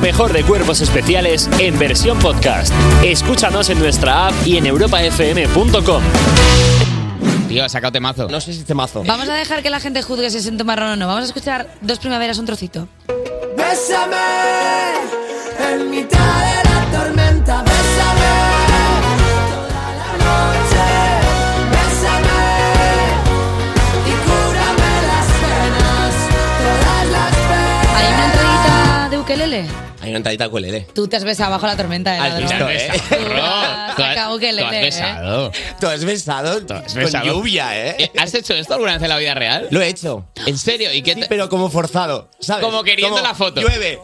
mejor de cuerpos especiales en versión podcast. Escúchanos en nuestra app y en europafm.com. Tío, ha sacado temazo. No sé si temazo. Vamos a dejar que la gente juzgue si es en marrón o no. Vamos a escuchar dos primaveras, un trocito. Bésame en mitad de la tormenta. Bésame toda la noche. Bésame y cúrame las penas, todas las penas. Hay una entradita de ukelele. Hay una entradita ukelele. Tú te has besado bajo la tormenta. ¿eh, Has ladrón? visto, ¿eh? has sacado ukelele, ¿eh? Tú has besado. Tú has besado. Con lluvia, ¿eh? ¿Has hecho esto alguna vez en la vida real? Lo he hecho. ¿En serio? ¿Y qué te- Pero como forzado, ¿sabes? Como queriendo la foto. Llueve.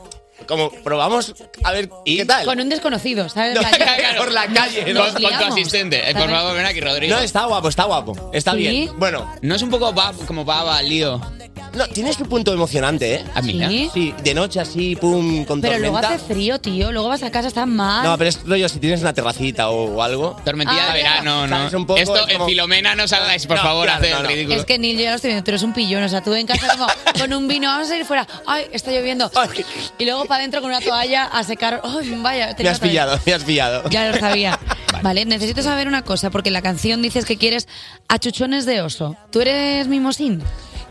Como probamos a ver qué tal. Con un desconocido, ¿sabes? No, La- por la calle. Nos Con, con tu liamos, asistente. Eh, por ¿sabes? favor, ven aquí, Rodrigo. No, está guapo, está guapo. Está ¿Sí? bien. Bueno, ¿No es un poco va- como baba, lío? Ah, no, tienes tu punto emocionante, ¿eh? A mí, ¿Sí? Sí, de noche así, pum, con Pero luego tormenta. hace frío, tío. Luego vas a casa, está mal. No, pero es rollo si tienes una terracita o, o algo. Tormentilla Ah, de ya. verano, ¿no? Sabes, un poco, Esto es como- en Filomena no salgáis, por No, favor, claro, haced no, no. el ridículo. Es que ni yo lo estoy viendo, tú eres un pillón. O sea, tú en casa como con un vino, vamos a ir fuera. Ay, está lloviendo. Ay. Y luego para adentro con una toalla a secar. Ay, vaya. Me tenía has otra vez. pillado, me has pillado. Ya lo sabía. Vale. necesito saber una cosa, porque en la canción dices que quieres achuchones de oso. ¿Tú eres mimosín?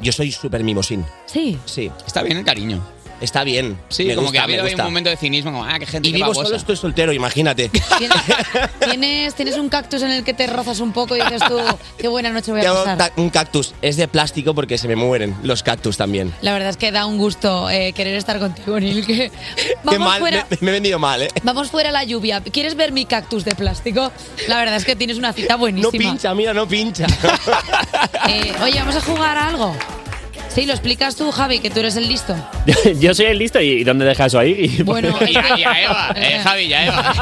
Yo soy súper mimosín. Sí. Sí, Está bien el cariño. está bien. Sí, me como gusta, que ha me habido ahí un gusta. momento de cinismo, como, ah, qué gente Y qué vivo babosa. solo, estoy soltero, imagínate. ¿Tienes, tienes, tienes un cactus en el que te rozas un poco y dices tú, qué buena noche voy a Tengo un pasar. ta- un cactus. Es de plástico porque se me mueren los cactus también. La verdad es que da un gusto eh, querer estar contigo, Nil. Que Qué vamos, mal, fuera, me, me he vendido mal, ¿eh? vamos fuera a la lluvia. ¿Quieres ver mi cactus de plástico? La verdad es que tienes una cita No buenísima. pincha, mira, no pincha. Eh, oye, vamos a jugar a algo. Sí, lo explicas tú, Javi, que tú eres el listo. Yo soy el listo y ¿y ¿dónde deja eso ahí? Bueno, Y a, y a Eva, eh, Javi, ya Eva.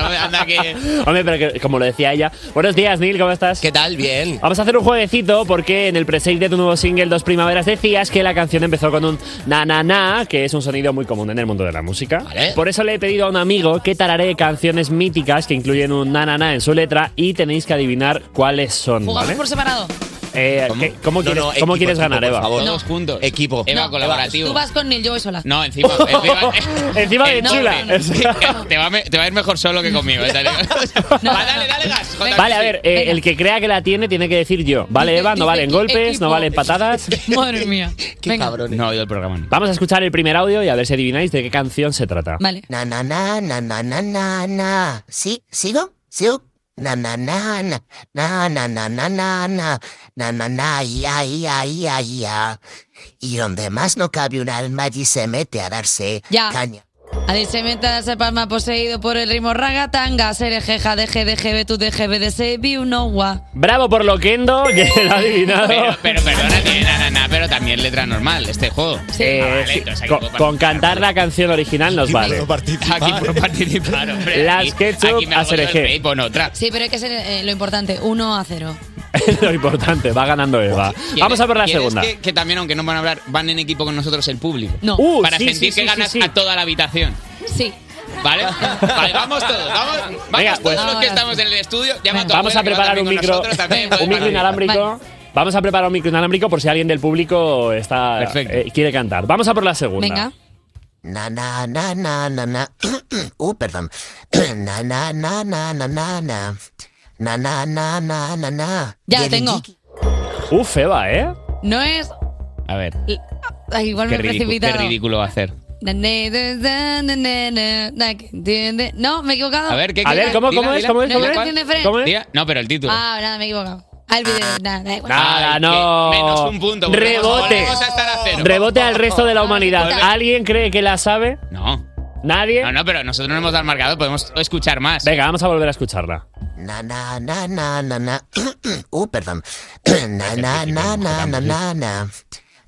Hombre, Anda que... Hombre, pero que- como lo decía ella. Buenos días, Neil, ¿cómo estás? ¿Qué tal? Bien. Vamos a hacer un jueguecito porque en el pre-save de tu nuevo single Dos Primaveras decías que la canción empezó con un na na na, que es un sonido muy común en el mundo de la música. Vale. Por eso le he pedido a un amigo que tararee canciones míticas que incluyen un na na na en su letra y tenéis que adivinar cuáles son, Jugamos ¿vale? por separado. Eh, ¿qué- ¿Cómo, No, no, quieres, cómo equipo, quieres equipo, ganar, por Eva? favor. Todos juntos. Equipo. Eva, No, colaborativo. Tú vas con Neil, yo voy sola. No, encima. encima, eh. Encima de chula. Te va, a me- te va a ir mejor solo que conmigo. ¿eh? Dale, Va, dale, dale gas. Jota, Vale, que a sí. ver, eh, Venga. el que crea que la tiene tiene que decir yo. Vale, Dice- Eva, no dice valen que golpes, equipo. no valen patadas. Madre mía. Qué Venga. cabrones. No ha oído el programa. ¿no? Vamos a escuchar el primer audio y a ver si adivináis de qué canción se trata. Vale. Na na na na na na na na. ¿Sí? ¿Sigo? ¿Sigo? Na na na na na na na na na na na na na ya ya ya ya. Y donde más no cabe un alma allí se mete a darse Ya. caña. Adisementa se palma poseído por el ritmo ragatanga, serejeja, deje, DGB, tu DGB, DC, viu, no gua. Bravo por Loquendo, que lo ha adivinado. Pero, pero perdona, tiene na, na, na, pero también letra normal, este juego. Eh, Ah, vale, sí, entonces aquí con, puedo con participar. cantar la canción original nos vale. No participar. Aquí puedo participar, hombre. Las Aquí- ketchup aquí me a hago yo el Serejé. rey, pon otra. Sí, pero hay que ser eh, lo importante, 1 a 0. Es lo importante, va ganando Eva. ¿Quieres- Vamos a por la quieres segunda. Que, que también, aunque no van a hablar, van en equipo con nosotros el público. No. Uh, Para sí, sentir sí, sí, que ganas sí, sí. a toda la habitación. Sí. ¿Vale? Vale, vamos todos. Vamos, vamos Venga, todos pues- los Ahora que sí. estamos en el estudio. Llama tu Vamos abuela, a que va preparar un también con micro, nosotros, también puede un micro participar. inalámbrico. Vale. Vamos a preparar un micro inalámbrico por si alguien del público está Perfecto. eh, quiere cantar. Vamos a por la segunda. Venga. Na na na na na na. Uh, perdón. na na na na na na na. Na na na na na na. Ya lo Yeri tengo. yiki. Uf, Eva, ¿eh? No es. A ver, Ay, igual me qué he ridículo, qué precipitado. ridículo va a hacer. Na, na, na, na, na, na, na, que entiende. No, me he equivocado. A ver, ¿qué A qué- ver, ¿cómo, dila, cómo es? dila, ¿Cómo es? No, ¿Cómo la es? Ah. canción de Fred. ¿Cómo es? Dila- No, pero el título. Ah, nada, me he equivocado. Ah, el video. Nada, da igual. Nah. Pues, Nada, Ay, no. que Menos un punto. volvemos- Rebote. volvemos a estar a cero. Rebote al resto de la Ah, humanidad. vale. ¿Alguien cree que la sabe? No. ¿Nadie? No, no, pero nosotros no hemos dado el marcador, podemos escuchar más. Venga, vamos a volver a escucharla. Na na na na na na. Uh, perdón. na na na na na na na.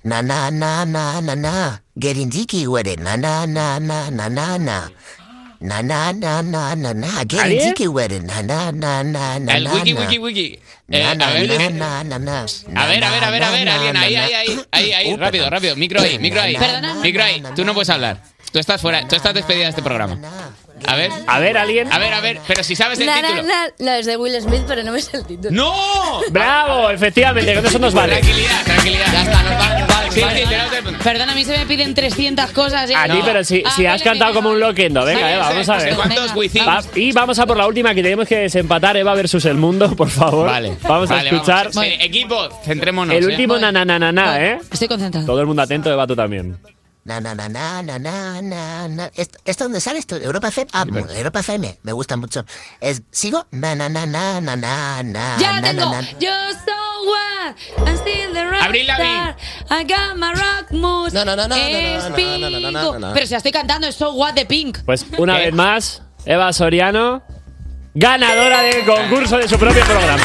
Na na na na na na. Gerindiki were na na na na na na na. Na na na na na na. Gerindiki were na na na na na El na wiki, na. wiki, wiki. Eh, Na na a ver, na eh, na na na. A ver, a ver, a ver, a ver, Na, na, alguien na, ahí, na. ahí, ahí, ahí, ahí, Uh, rápido, perdón. rápido, micro ahí, micro ahí, Perdona. micro ahí, tú no puedes hablar, tú estás fuera, tú estás despedida de este programa. Na. A ver, A ver, ¿alguien? a ver, a ver, pero si sabes el La, la, título. la, la, es de Will Smith, pero no me es el título. ¡No! ¡Bravo! Efectivamente, con eso nos vale. Tranquilidad, tranquilidad. Ya está, nos va, Sí, sí, Perdona, te lo- perdona, a mí se me piden 300 cosas. A ti, pero si, si has cantado como un loquendo, venga, Ah, Vale, Eva, vamos a exacto, ver. ¿Cuántos wifi? Va- y vamos a por la última que tenemos que desempatar, Eva versus el mundo, por favor. Vale. Vamos a Vale, escuchar vamos. Sí, equipo, centrémonos. el ¿eh? último na na na na na, ¿eh? Estoy concentrado. Todo el mundo atento, Eva, tú también. Na, na, na, na, na, na, na, na. ¿Esto, esto dónde sale esto? ¿Europa FM? Ah, Europa FM. Me gusta mucho. Es, ¿Sigo? Na, na, na, na, na, na, na, Ya na, tengo. na, na. Yo soy what I'm still the rock Abril Lavigne. I got my rock moves. No, no, no, no, no, Es no, no, no, no, no, no, Pink. no. Pero si la estoy cantando es So What de Pink. Pues una ¿Qué? vez más, Eva Soriano, ganadora del concurso de su propio programa.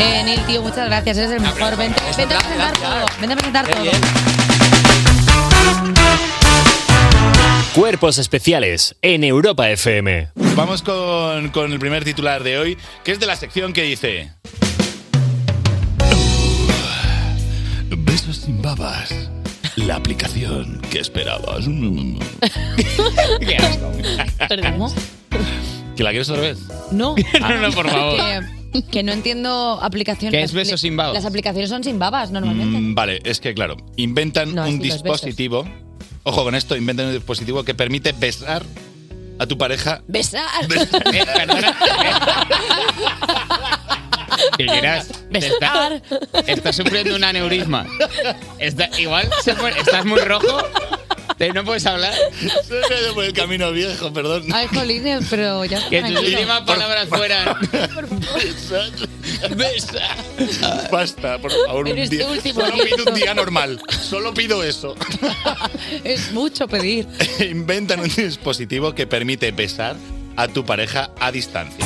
Eh, Neil, tío, muchas gracias. Eres el mejor. Vente, vente a presentar todo. Vente a presentar todo. Cuerpos especiales en Europa FM. Vamos con, con el primer titular de hoy, que es de la sección que dice... Besos sin babas. La aplicación que esperabas. Mm. Qué asco. ¿Perdón? ¿Que la quieres otra vez? No. Ah. No, no, por favor. Que, que no entiendo aplicaciones. ¿Qué es beso sin babas? Las aplicaciones son sin babas normalmente. Mm, vale, es que claro, inventan No, así un los dispositivo. Ojo con esto, inventan un dispositivo que permite besar a tu pareja. Besar. Eh, perdona. ¿Qué quieras? Besar. Estás sufriendo un aneurisma. Está- igual se pone- estás muy rojo. Te- No puedes hablar. Se me ha ido por el camino viejo, perdón. Ay, jolines, pero ya. Mm. Que tus tranquilo. últimas palabras fueran. Besar. Besa. Basta, por favor, un Eres día. tú este último. Solo pido un día normal. Solo pido eso. Es mucho pedir. Inventan un dispositivo que permite besar a tu pareja a distancia.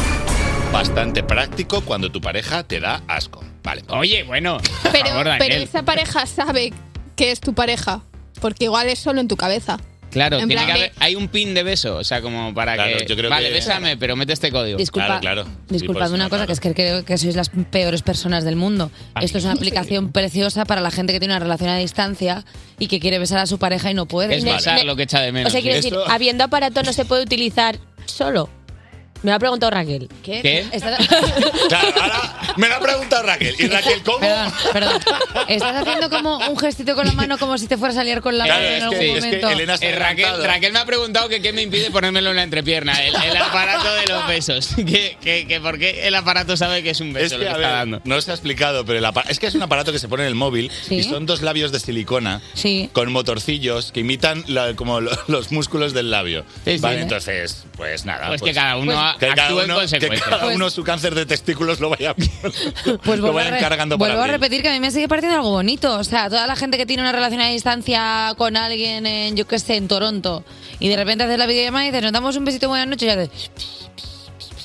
Bastante práctico cuando tu pareja te da asco. Vale. Oye, bueno. por Pero, favor, pero Daniel. esa pareja sabe que es tu pareja, porque igual es solo en tu cabeza. Claro, en tiene plan que que- haber, hay un pin de beso. O sea, como para Claro, que. yo creo vale, que- bésame, pero mete este código. Disculpa, Claro, claro. Sí, disculpadme por una eso, cosa, claro. que es que creo que sois las peores personas del mundo. A mí Esto es una aplicación preciosa para la gente que tiene una relación a distancia y que quiere besar a su pareja y no puede. Es Ne- besar ne- lo que echa de menos. O sea, quiero sí. decir, Esto- habiendo aparato no se puede utilizar solo. Me lo ha preguntado Raquel. ¿Qué? ¿Qué? Estás- Claro, ahora me lo ha preguntado Raquel. ¿Y Raquel cómo? perdón, perdón. Estás haciendo como un gestito con la mano como si te fueras a liar con la Claro, mano en es algún que- es que momento. Elena se Eh, ha Raquel, adelantado. Raquel me ha preguntado que qué me impide ponérmelo en la entrepierna, el, el aparato de los besos. Que, que, que ¿Por qué el aparato sabe que es un beso Es lo que, que a está ver, dando? no se ha explicado, pero el apa- es que es un aparato que se pone en el móvil Sí. y son dos labios de silicona Sí. con motorcillos que imitan la- como lo- los músculos del labio. Sí, sí. vale, entonces, pues nada. Pues que cada uno a- que cada actúe en uno- consecuencia. Que cada Pues- uno su cáncer de testículos lo vaya, Pues lo vuelvo, a, vayan re- cargando para vuelvo a abril. repetir que a mí me sigue pareciendo algo bonito. O sea, toda la gente que tiene una relación a distancia con alguien en, yo qué sé, en Toronto, y de repente haces la videollamada y dices, nos damos un besito, buenas noches, y haces,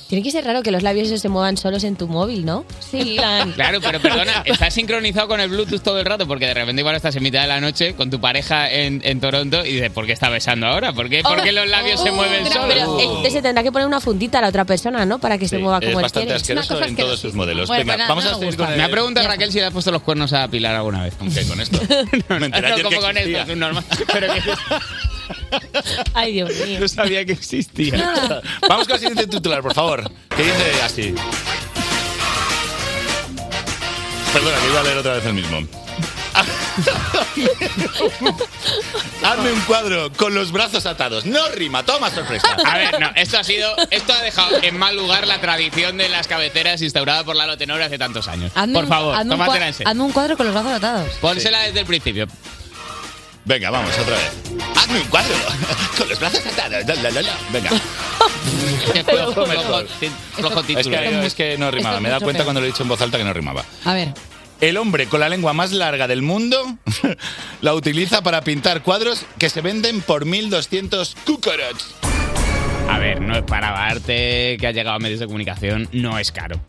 Tiene que ser raro que los labios esos se muevan solos en tu móvil, ¿no? sí. Claro, pero perdona, estás sincronizado con el Bluetooth todo el rato porque de repente igual estás en mitad de la noche con tu pareja en, en Toronto y dices, ¿por qué está besando ahora? ¿Por qué, por qué los labios se mueven Uh, Pero, solos? pero este se tendrá que poner una puntita a la otra persona, ¿no? Para que se Uh. Sí, mueva es oh, como él bastante quiere. asqueroso en todos sus modelos. Bueno, Venga, pero vamos no a me seguir gusta. con el- Me ha preguntado Raquel si le has puesto los cuernos a Pilar alguna vez. Ok, con esto. Me enteré No, ayer que como con existía. esto, tú normal. Pero que Ay, Dios mío. no sabía que existía. Vamos con el siguiente titular, por favor. Que dice así. Perdona, que iba a leer otra vez el mismo. Hazme un cuadro con los brazos atados. No rima, toma sorpresa. A ver, no, esto ha sido, esto ha dejado en mal lugar la tradición de las cabeceras instaurada por Lalo Tenor hace tantos años. Hazme por un- favor, hazme un cua- tómatela en serio. Hazme un cuadro con los brazos atados. Pues Pónsela desde el principio. Venga, vamos, otra vez. Hazme un cuadro con los brazos atados. La, la, la, la. Venga. flojo, flojo, mejor. ti- flojo Es título. que, es que no rimaba. Me he dado cuenta cuando lo he dicho en voz alta que no rimaba. A ver, El hombre con la lengua más larga del mundo la utiliza para pintar cuadros que se venden por 1200 cucarachas. A ver, no es para arte que ha llegado a medios de comunicación, no es caro.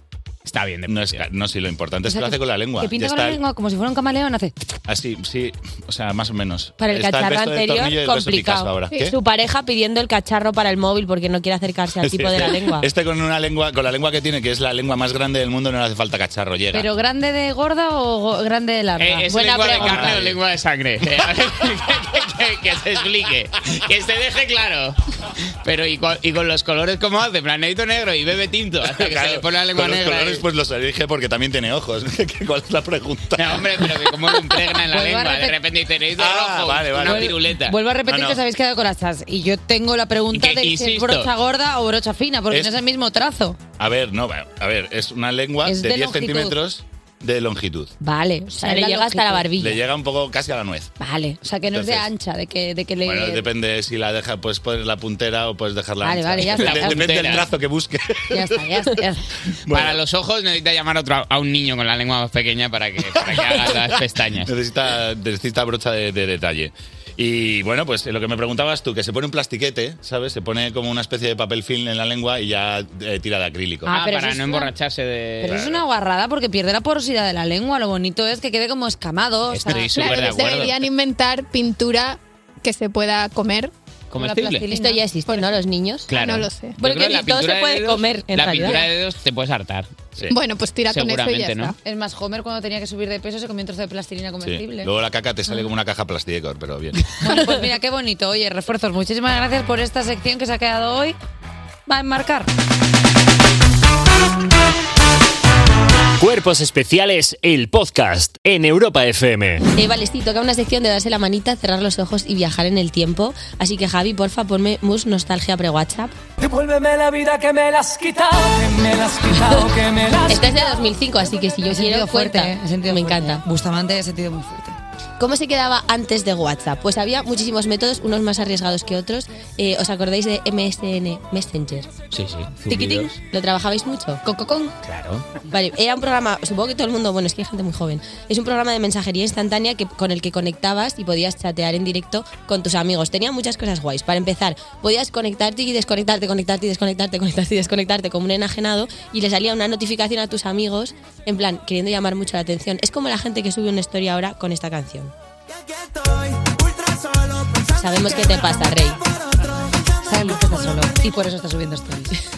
Está bien de No, es, precio. ca- no, sí, lo importante O es sea, que lo hace con la lengua. que Ya pinta con la está. lengua como si fuera un camaleón, hace... Así, sí, o sea, más o menos. Para el Está cacharro beso de tornillo y anterior, el beso de Picasso complicado. ahora. Sí, ¿Qué? Su pareja pidiendo el cacharro para el móvil porque no quiere acercarse al Sí, tipo de la este- lengua. Este con una lengua, con la lengua que tiene, que es la lengua más grande del mundo, no le hace falta cacharro, llega. ¿Pero grande de gorda o go- grande de larga? Eh, ¿Es Buena lengua de pregunta. carne o lengua de sangre? Eh, a ver, que, que- que- que se explique. Que se deje claro. Pero ¿y con, y con los colores cómo hace? Planeito negro y bebe tinto hasta que se le pone la lengua Con los negra. colores pues los elige porque también tiene ojos. ¿Cuál es la pregunta? No, hombre, pero que como lo impregna en la Vuelvo a lengua. De repet- repente dice, "Necesito Ah, rojo, vale, vale. una piruleta. Vuelvo a repetir No, no. que os habéis quedado con las chas. Y yo tengo la Y pregunta que, de si es insisto, brocha gorda o brocha fina, porque es- no es el mismo trazo. A ver, no, va, a ver, es una lengua Es de, de 10 longitud. centímetros de longitud. Vale, o sea, le la llega hasta la longitud. barbilla. Le llega un poco casi a la nuez. Vale, o sea, que no es de Entonces- ancha, de que, de que le... Bueno, depende si la deja, puedes poner la puntera o puedes dejarla. Vale, ancha. vale, ya está. Depende- La depende del puntera. trazo que busques. Ya está, ya está. ya está. Bueno, Para los ojos necesita llamar a, otro, a un niño con la lengua más pequeña para que, para que haga las pestañas. necesita, necesita brocha de, de detalle. Y bueno, pues lo que me preguntabas tú, que se pone un plastiquete, ¿sabes? Se pone como una especie de papel film en la lengua y ya eh, tira de acrílico. Ah, Ah, pero para no eso es una- emborracharse de... Pero eso es una guarrada porque pierde la porosidad de la lengua. Lo bonito es que quede como escamado. o sea, Estoy súper Claro, de pues acuerdo. deberían inventar pintura que se pueda comer. ¿Comestible? Esto ya existe, ¿no? Los niños. Claro. No lo sé. Yo Porque creo que ni la todo se pintura de puede comer, en La realidad. pintura de dedos te puedes hartar. Sí. Bueno, pues tira con eso y ya Seguramente, ¿no? está. Es más, Homer cuando tenía que subir de peso se comió un trozo de plastilina Sí. comestible. Luego la caca te sale como una caja plastidecor, pero bien. Bueno, pues mira, qué bonito. Oye, refuerzos, muchísimas gracias por esta sección que se ha quedado hoy. Va a enmarcar. Cuerpos especiales, el podcast en Europa FM. Eh, vale, sí, toca una sección de darse la manita, cerrar los ojos y viajar en el tiempo. Así que, Javi, porfa, ponme mus nostalgia pre-WhatsApp. Devuélveme la vida que me la has quitado, que me la has quitado, que me la has Esta es de 2005, así que si yo He sentido quiero fuerte, fuerte, eh, he sentido me fuerte. encanta. Bustamante he sentido muy fuerte. ¿Cómo se quedaba antes de WhatsApp? Pues había muchísimos métodos, unos más arriesgados que otros. Eh, ¿Os acordáis de MSN Messenger? Sí, sí. Tiquitín, Zumbidos. ¿lo trabajabais mucho? Con, con, con. Claro. Vale, era un programa, supongo que todo el mundo, bueno, es que hay gente muy joven, es un programa de mensajería instantánea que, con el que conectabas y podías chatear en directo con tus amigos. Tenía muchas cosas guays. Para empezar, podías conectarte y desconectarte, conectarte y desconectarte, conectarte y desconectarte como un enajenado y le salía una notificación a tus amigos, en plan, queriendo llamar mucho la atención. Es como la gente que sube una historia ahora con esta canción. Sabemos que te pasa, Rey. Sabemos que estás solo y por eso estás subiendo stories.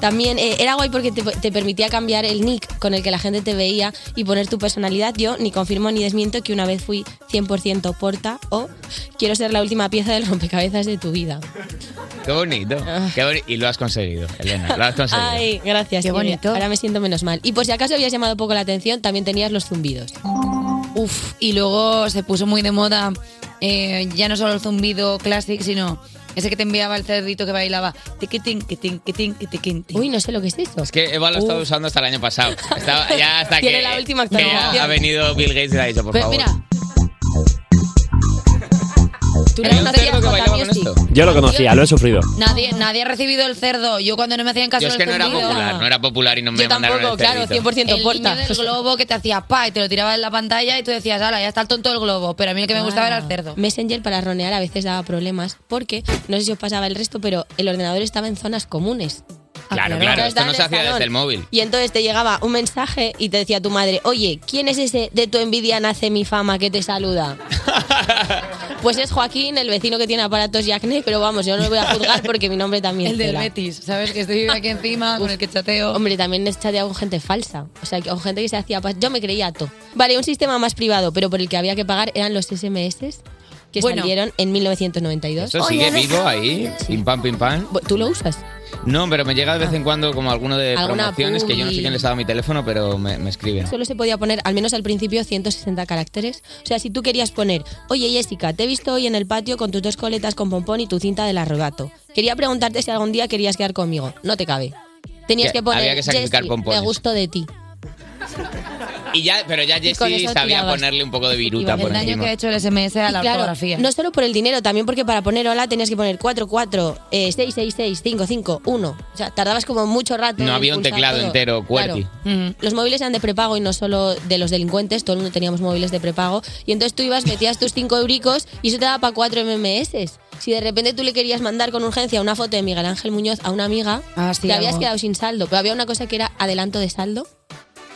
También eh, era guay porque te, te permitía cambiar el nick con el que la gente te veía y poner tu personalidad. Yo ni confirmo ni desmiento que una vez fui 100% porta o quiero ser la última pieza del rompecabezas de tu vida. Qué bonito. Qué boni- y lo has conseguido, Elena. Lo has conseguido. Ah. Ay, gracias. Qué Irene. bonito. Ahora me siento menos mal. Y por si acaso habías llamado poco la atención, también tenías los zumbidos. Uf, y luego se puso muy de moda eh, ya no solo el zumbido classic, sino ese que te enviaba el cerdito que bailaba. Tiquitín, quitín, quitín, quitiquín, tin. Uy, no sé lo que es eso. Es que Eva lo estaba usando hasta el año pasado. Estaba- ya hasta Tiene que, la última que ya actualización. ha venido Bill Gates y le ha dicho, Pues por Pero favor. mira. Tú ¿Había no un conocías cerdo que J bailaba con Music. esto? Yo lo conocía, lo he sufrido. Nadie, nadie ha recibido el cerdo. Yo cuando no me hacían caso Yo es el que no era zumbido- popular, no era popular y no me Yo mandaron este tampoco, el claro, cerdito. 100% el porta. niño del globo que te hacía pa y te lo tiraba en la pantalla y tú decías, ala, ya está el tonto del globo. Pero a mí el que me gustaba era el cerdo. Ah. Messenger para ronear a veces daba problemas porque, no sé si os pasaba el resto, pero el ordenador estaba en zonas comunes. Claro, Ah, claro. claro. Entonces, Esto estaba no en se el hacía salón. desde el móvil. Y entonces te llegaba un mensaje y te decía tu madre, oye, ¿quién es ese de tu envidia nace mi fama que te saluda? pues es Joaquín, el vecino que tiene aparatos y acné, pero vamos, yo no lo voy a juzgar porque mi nombre también El del cela. Betis, ¿sabes? Que estoy aquí encima con el que chateo. Hombre, también he chateado con gente falsa. O sea, con gente que se hacía... pas- Yo me creía todo. Vale, un sistema más privado, pero por el que había que pagar eran los SMS que Bueno. salieron en 1992. Esto sigue vivo ahí, pim pam, pim pam. Bu- ¿Tú lo usas? Ah. No, pero me llega de vez en cuando como alguno de Alguna promociones que yo no sé publi. quién les ha dado mi teléfono, pero me, me escriben. Solo se podía poner, al menos al principio, 160 caracteres. O sea, si tú querías poner, oye Jessica, te he visto hoy en el patio con tus dos coletas con pompón y tu cinta del arrebato. Quería preguntarte si algún día querías quedar conmigo. No te cabe. Tenías Que que poner, había que sacrificar "Jessi, pompones". me gusto de ti. Y ya, pero ya con Jessy eso sabía tirabas. ponerle un poco de viruta El por El daño encima. que ha hecho el SMS a Y la claro, ortografía. no solo por el dinero, también porque para poner hola tenías que poner 44, eh, 666, 551. O sea, tardabas como mucho rato. No en había un pulsar teclado todo. entero, QWERTY. Ujú. Los móviles eran de prepago y no solo de los delincuentes, todo el mundo teníamos móviles de prepago. Y entonces tú ibas, metías tus 5 euricos y eso te daba para 4 MMS. Si de repente tú le querías mandar con urgencia una foto de Miguel Ángel Muñoz a una amiga, Ah, sí, te habías hago. quedado sin saldo. Pero había una cosa que era adelanto de saldo.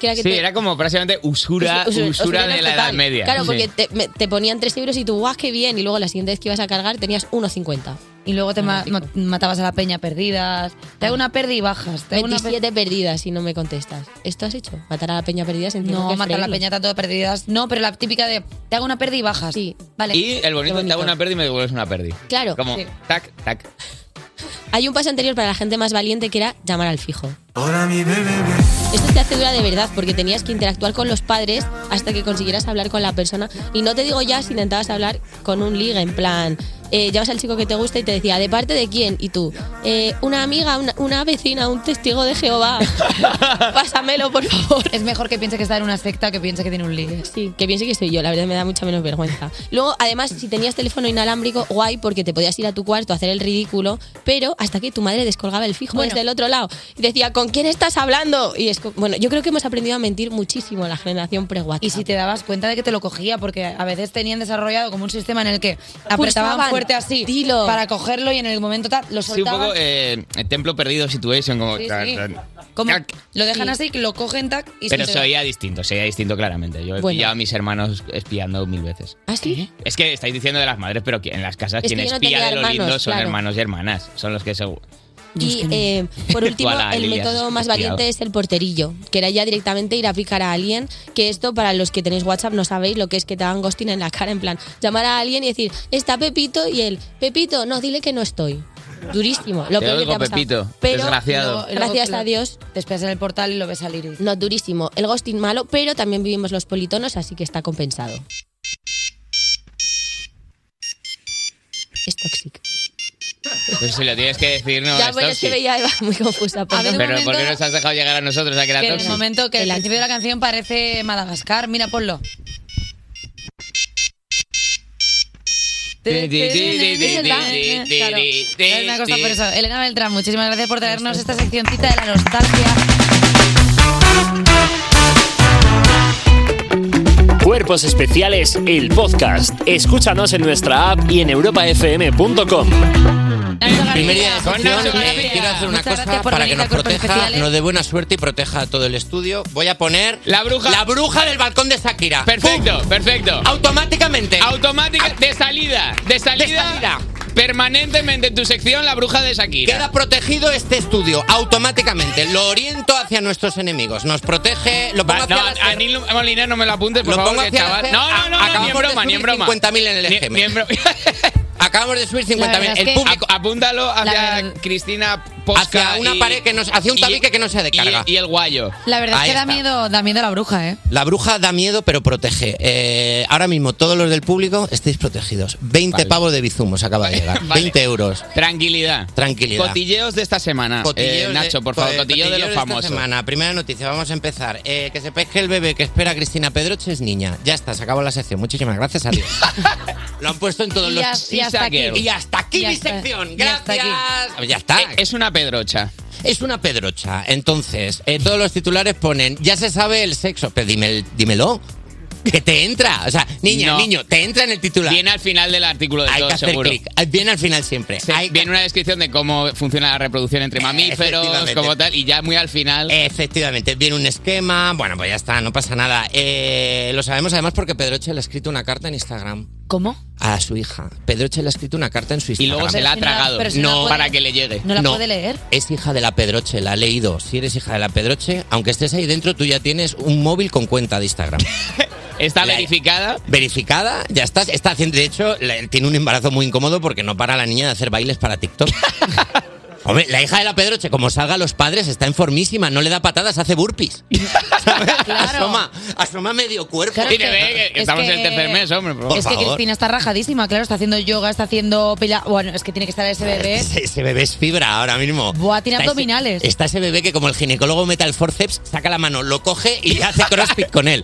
Que era que Sí, te- era como prácticamente usura, Usu- usura, usu- de la edad total. media. Claro, Sí. porque te, me- te ponían 3 euros y tú, guau, qué bien. Y luego la siguiente vez que ibas a cargar tenías 1,50. Y luego te ma- ma- matabas a la peña perdidas. Te hago una pérdida y bajas. Te hago una pe- 27 perdidas si no me contestas. ¿Esto has hecho? ¿Matar a la peña perdidas? Entiendo que No, es matar a la freírlo. peña tanto de perdidas. No, pero la típica de te hago una pérdida y bajas. Sí. Vale. Y el bonito, Qué bonito. te hago una perdi y me devuelves una perdi. Claro, Como, sí. tac, tac. Hay un paso anterior para la gente más valiente que era llamar al fijo. Hola, mi bebé. Esto te hace dura de verdad porque tenías que interactuar con los padres hasta que consiguieras hablar con la persona. Y no te digo ya si intentabas hablar con un liga, en plan, eh, llevas al chico que te gusta y te decía, ¿de parte de quién? Y tú, "Eh, una amiga, una, una vecina, un testigo de Jehová. Pásamelo, por favor. Es mejor que piense que está en una secta que piense que tiene un ligue. Sí, que piense que soy yo, la verdad me da mucha menos vergüenza. Luego, además, si tenías teléfono inalámbrico, guay, porque te podías ir a tu cuarto a hacer el ridículo, pero hasta que tu madre descolgaba el fijo Bueno. desde el otro lado y decía, ¿con quién estás hablando? Y es, co- bueno, yo creo que hemos aprendido a mentir muchísimo la generación pre-WhatsApp. Y si te dabas cuenta de que te lo cogía, porque a veces tenían desarrollado como un sistema en el que apretaban Pulsaban. fuerte así para cogerlo y en el momento tal lo Sí, un soltaban. poco eh, templo perdido situation. Como, Sí, tan, sí. tan. Como Tac. lo dejan así, lo cogen tac y Pero se se oía distinto, se oía distinto claramente. Yo he Bueno. pillado a mis hermanos espiando mil veces. ¿Ah, sí? Es que estáis diciendo de las madres, pero que en las casas Es que quien yo no espía tenía de los hermanos, lindos son claro. hermanos y hermanas. Son los que se... Y eh, por último, Voilà, el Lilia, método has más valiente estudiado. es el porterillo, que era ya directamente ir a picar a alguien, que esto para los que tenéis WhatsApp no sabéis lo que es que te hagan ghosting en la cara, en plan, llamar a alguien y decir, está Pepito y él, Pepito, no, dile que no estoy. Durísimo. Lo Te peor que oigo, te ha pasado. Pepito, Pero, desgraciado. no, gracias a Dios. Te esperas en el portal y lo ves salir. No, durísimo. El ghosting malo, pero también vivimos los politonos, así que está compensado. Es tóxico. Pues si lo tienes que decir, no, ya, es pero es que tóxico. veía a Eva muy confusa. perdón. Pero ¿por qué nos has dejado llegar a nosotros a que era Que en el tóxico? momento que el principio de la canción parece Madagascar, mira, ponlo. Claro, es una cosa por eso. Elena Beltrán, muchísimas gracias por traernos esta seccioncita de la nostalgia. Cuerpos Especiales, el podcast. Escúchanos en nuestra app y en europafm.com. Primera Con sección, Nacho eh, García. quiero hacer una Muchas cosa gracias por para que venir nos a Cuerpos proteja, Especiales. nos dé buena suerte y proteja a todo el estudio. Voy a poner la bruja, la bruja del balcón de Shakira. Perfecto, perfecto. Automáticamente. Automática de salida, de salida, permanentemente en tu sección la bruja de Shakira. Queda protegido este estudio automáticamente. Lo oriento hacia nuestros enemigos. Nos protege. Lo pongo Va, hacia no, las- a Nil Molina no me lo apuntes, por Lo favor, pongo que hacia chaval. las- No, no, no, no, ni en Acabamos de broma, ni en subir broma. 50.000 en el Ni- EGM. ni en bro- Acabamos de subir 50.000. El público. Ap- apúntalo hacia Cristina Posca Hacia una pared que no- hacia un tabique que no sea de carga. Y, el guayo. La verdad Ahí es que da está. miedo, da miedo la bruja, ¿eh? La bruja da miedo, pero protege. Eh, ahora mismo, todos los del público estáis protegidos. 20 Vale. pavos de bizumos acaba de llegar. Vale. 20 euros. Tranquilidad. Tranquilidad. Cotilleos de esta semana. Cotilleos Eh, de- Nacho, por favor, eh, cotilleo de cotilleos los esta famosos. semana. Primera noticia, vamos a empezar. Eh, que sepáis que el bebé que espera Cristina Pedroche es niña. Ya está, se acabó la sección. Muchísimas gracias a Dios. Lo han puesto en todos Y los. as- y hasta aquí. Y hasta aquí Y mi hasta- sección. y hasta aquí. Gracias. Ya está. Eh, Es una pedrocha. Es una pedrocha. Entonces, eh, todos los titulares ponen, ya se sabe el sexo. Pero dime el- dímelo. Que te entra. O sea, niña, No. niño, te entra en el titular. Viene al final del artículo de Hay todo, que hacer seguro. clic. Ah, Viene al final siempre. Se- viene una descripción de cómo funciona la reproducción entre mamíferos, Eh, efectivamente. como tal, y ya muy al final. Efectivamente, viene un esquema. Bueno, pues ya está, no pasa nada. Eh, lo sabemos además porque Pedroche le ha escrito una carta en Instagram. ¿Cómo? A su hija. Pedroche le ha escrito una carta en su Y Instagram. luego se la ha tragado. no, para que le llegue. leer? Es hija de la Pedroche, la ha leído. Si eres hija de la Pedroche, aunque estés ahí dentro, tú ya tienes un móvil con cuenta de Instagram. Está verificada. Verificada, ya estás. Está haciendo, de hecho, la- tiene un embarazo muy incómodo porque no para la niña de hacer bailes para TikTok. Hombre, la hija de la Pedroche, como salga a los padres, está informísima, no le da patadas, hace burpees. Asoma, asoma medio cuerpo. Claro, es que- es que- Por es que favor. Cristina está rajadísima, claro, está haciendo yoga, está haciendo pila. Bueno, es que tiene que estar ese bebé. Ese, ese bebé es fibra ahora mismo. Buah, tiene Está ese- abdominales. eh. está ese bebé que como el ginecólogo mete el forceps, saca la mano, lo coge y hace crossfit con él.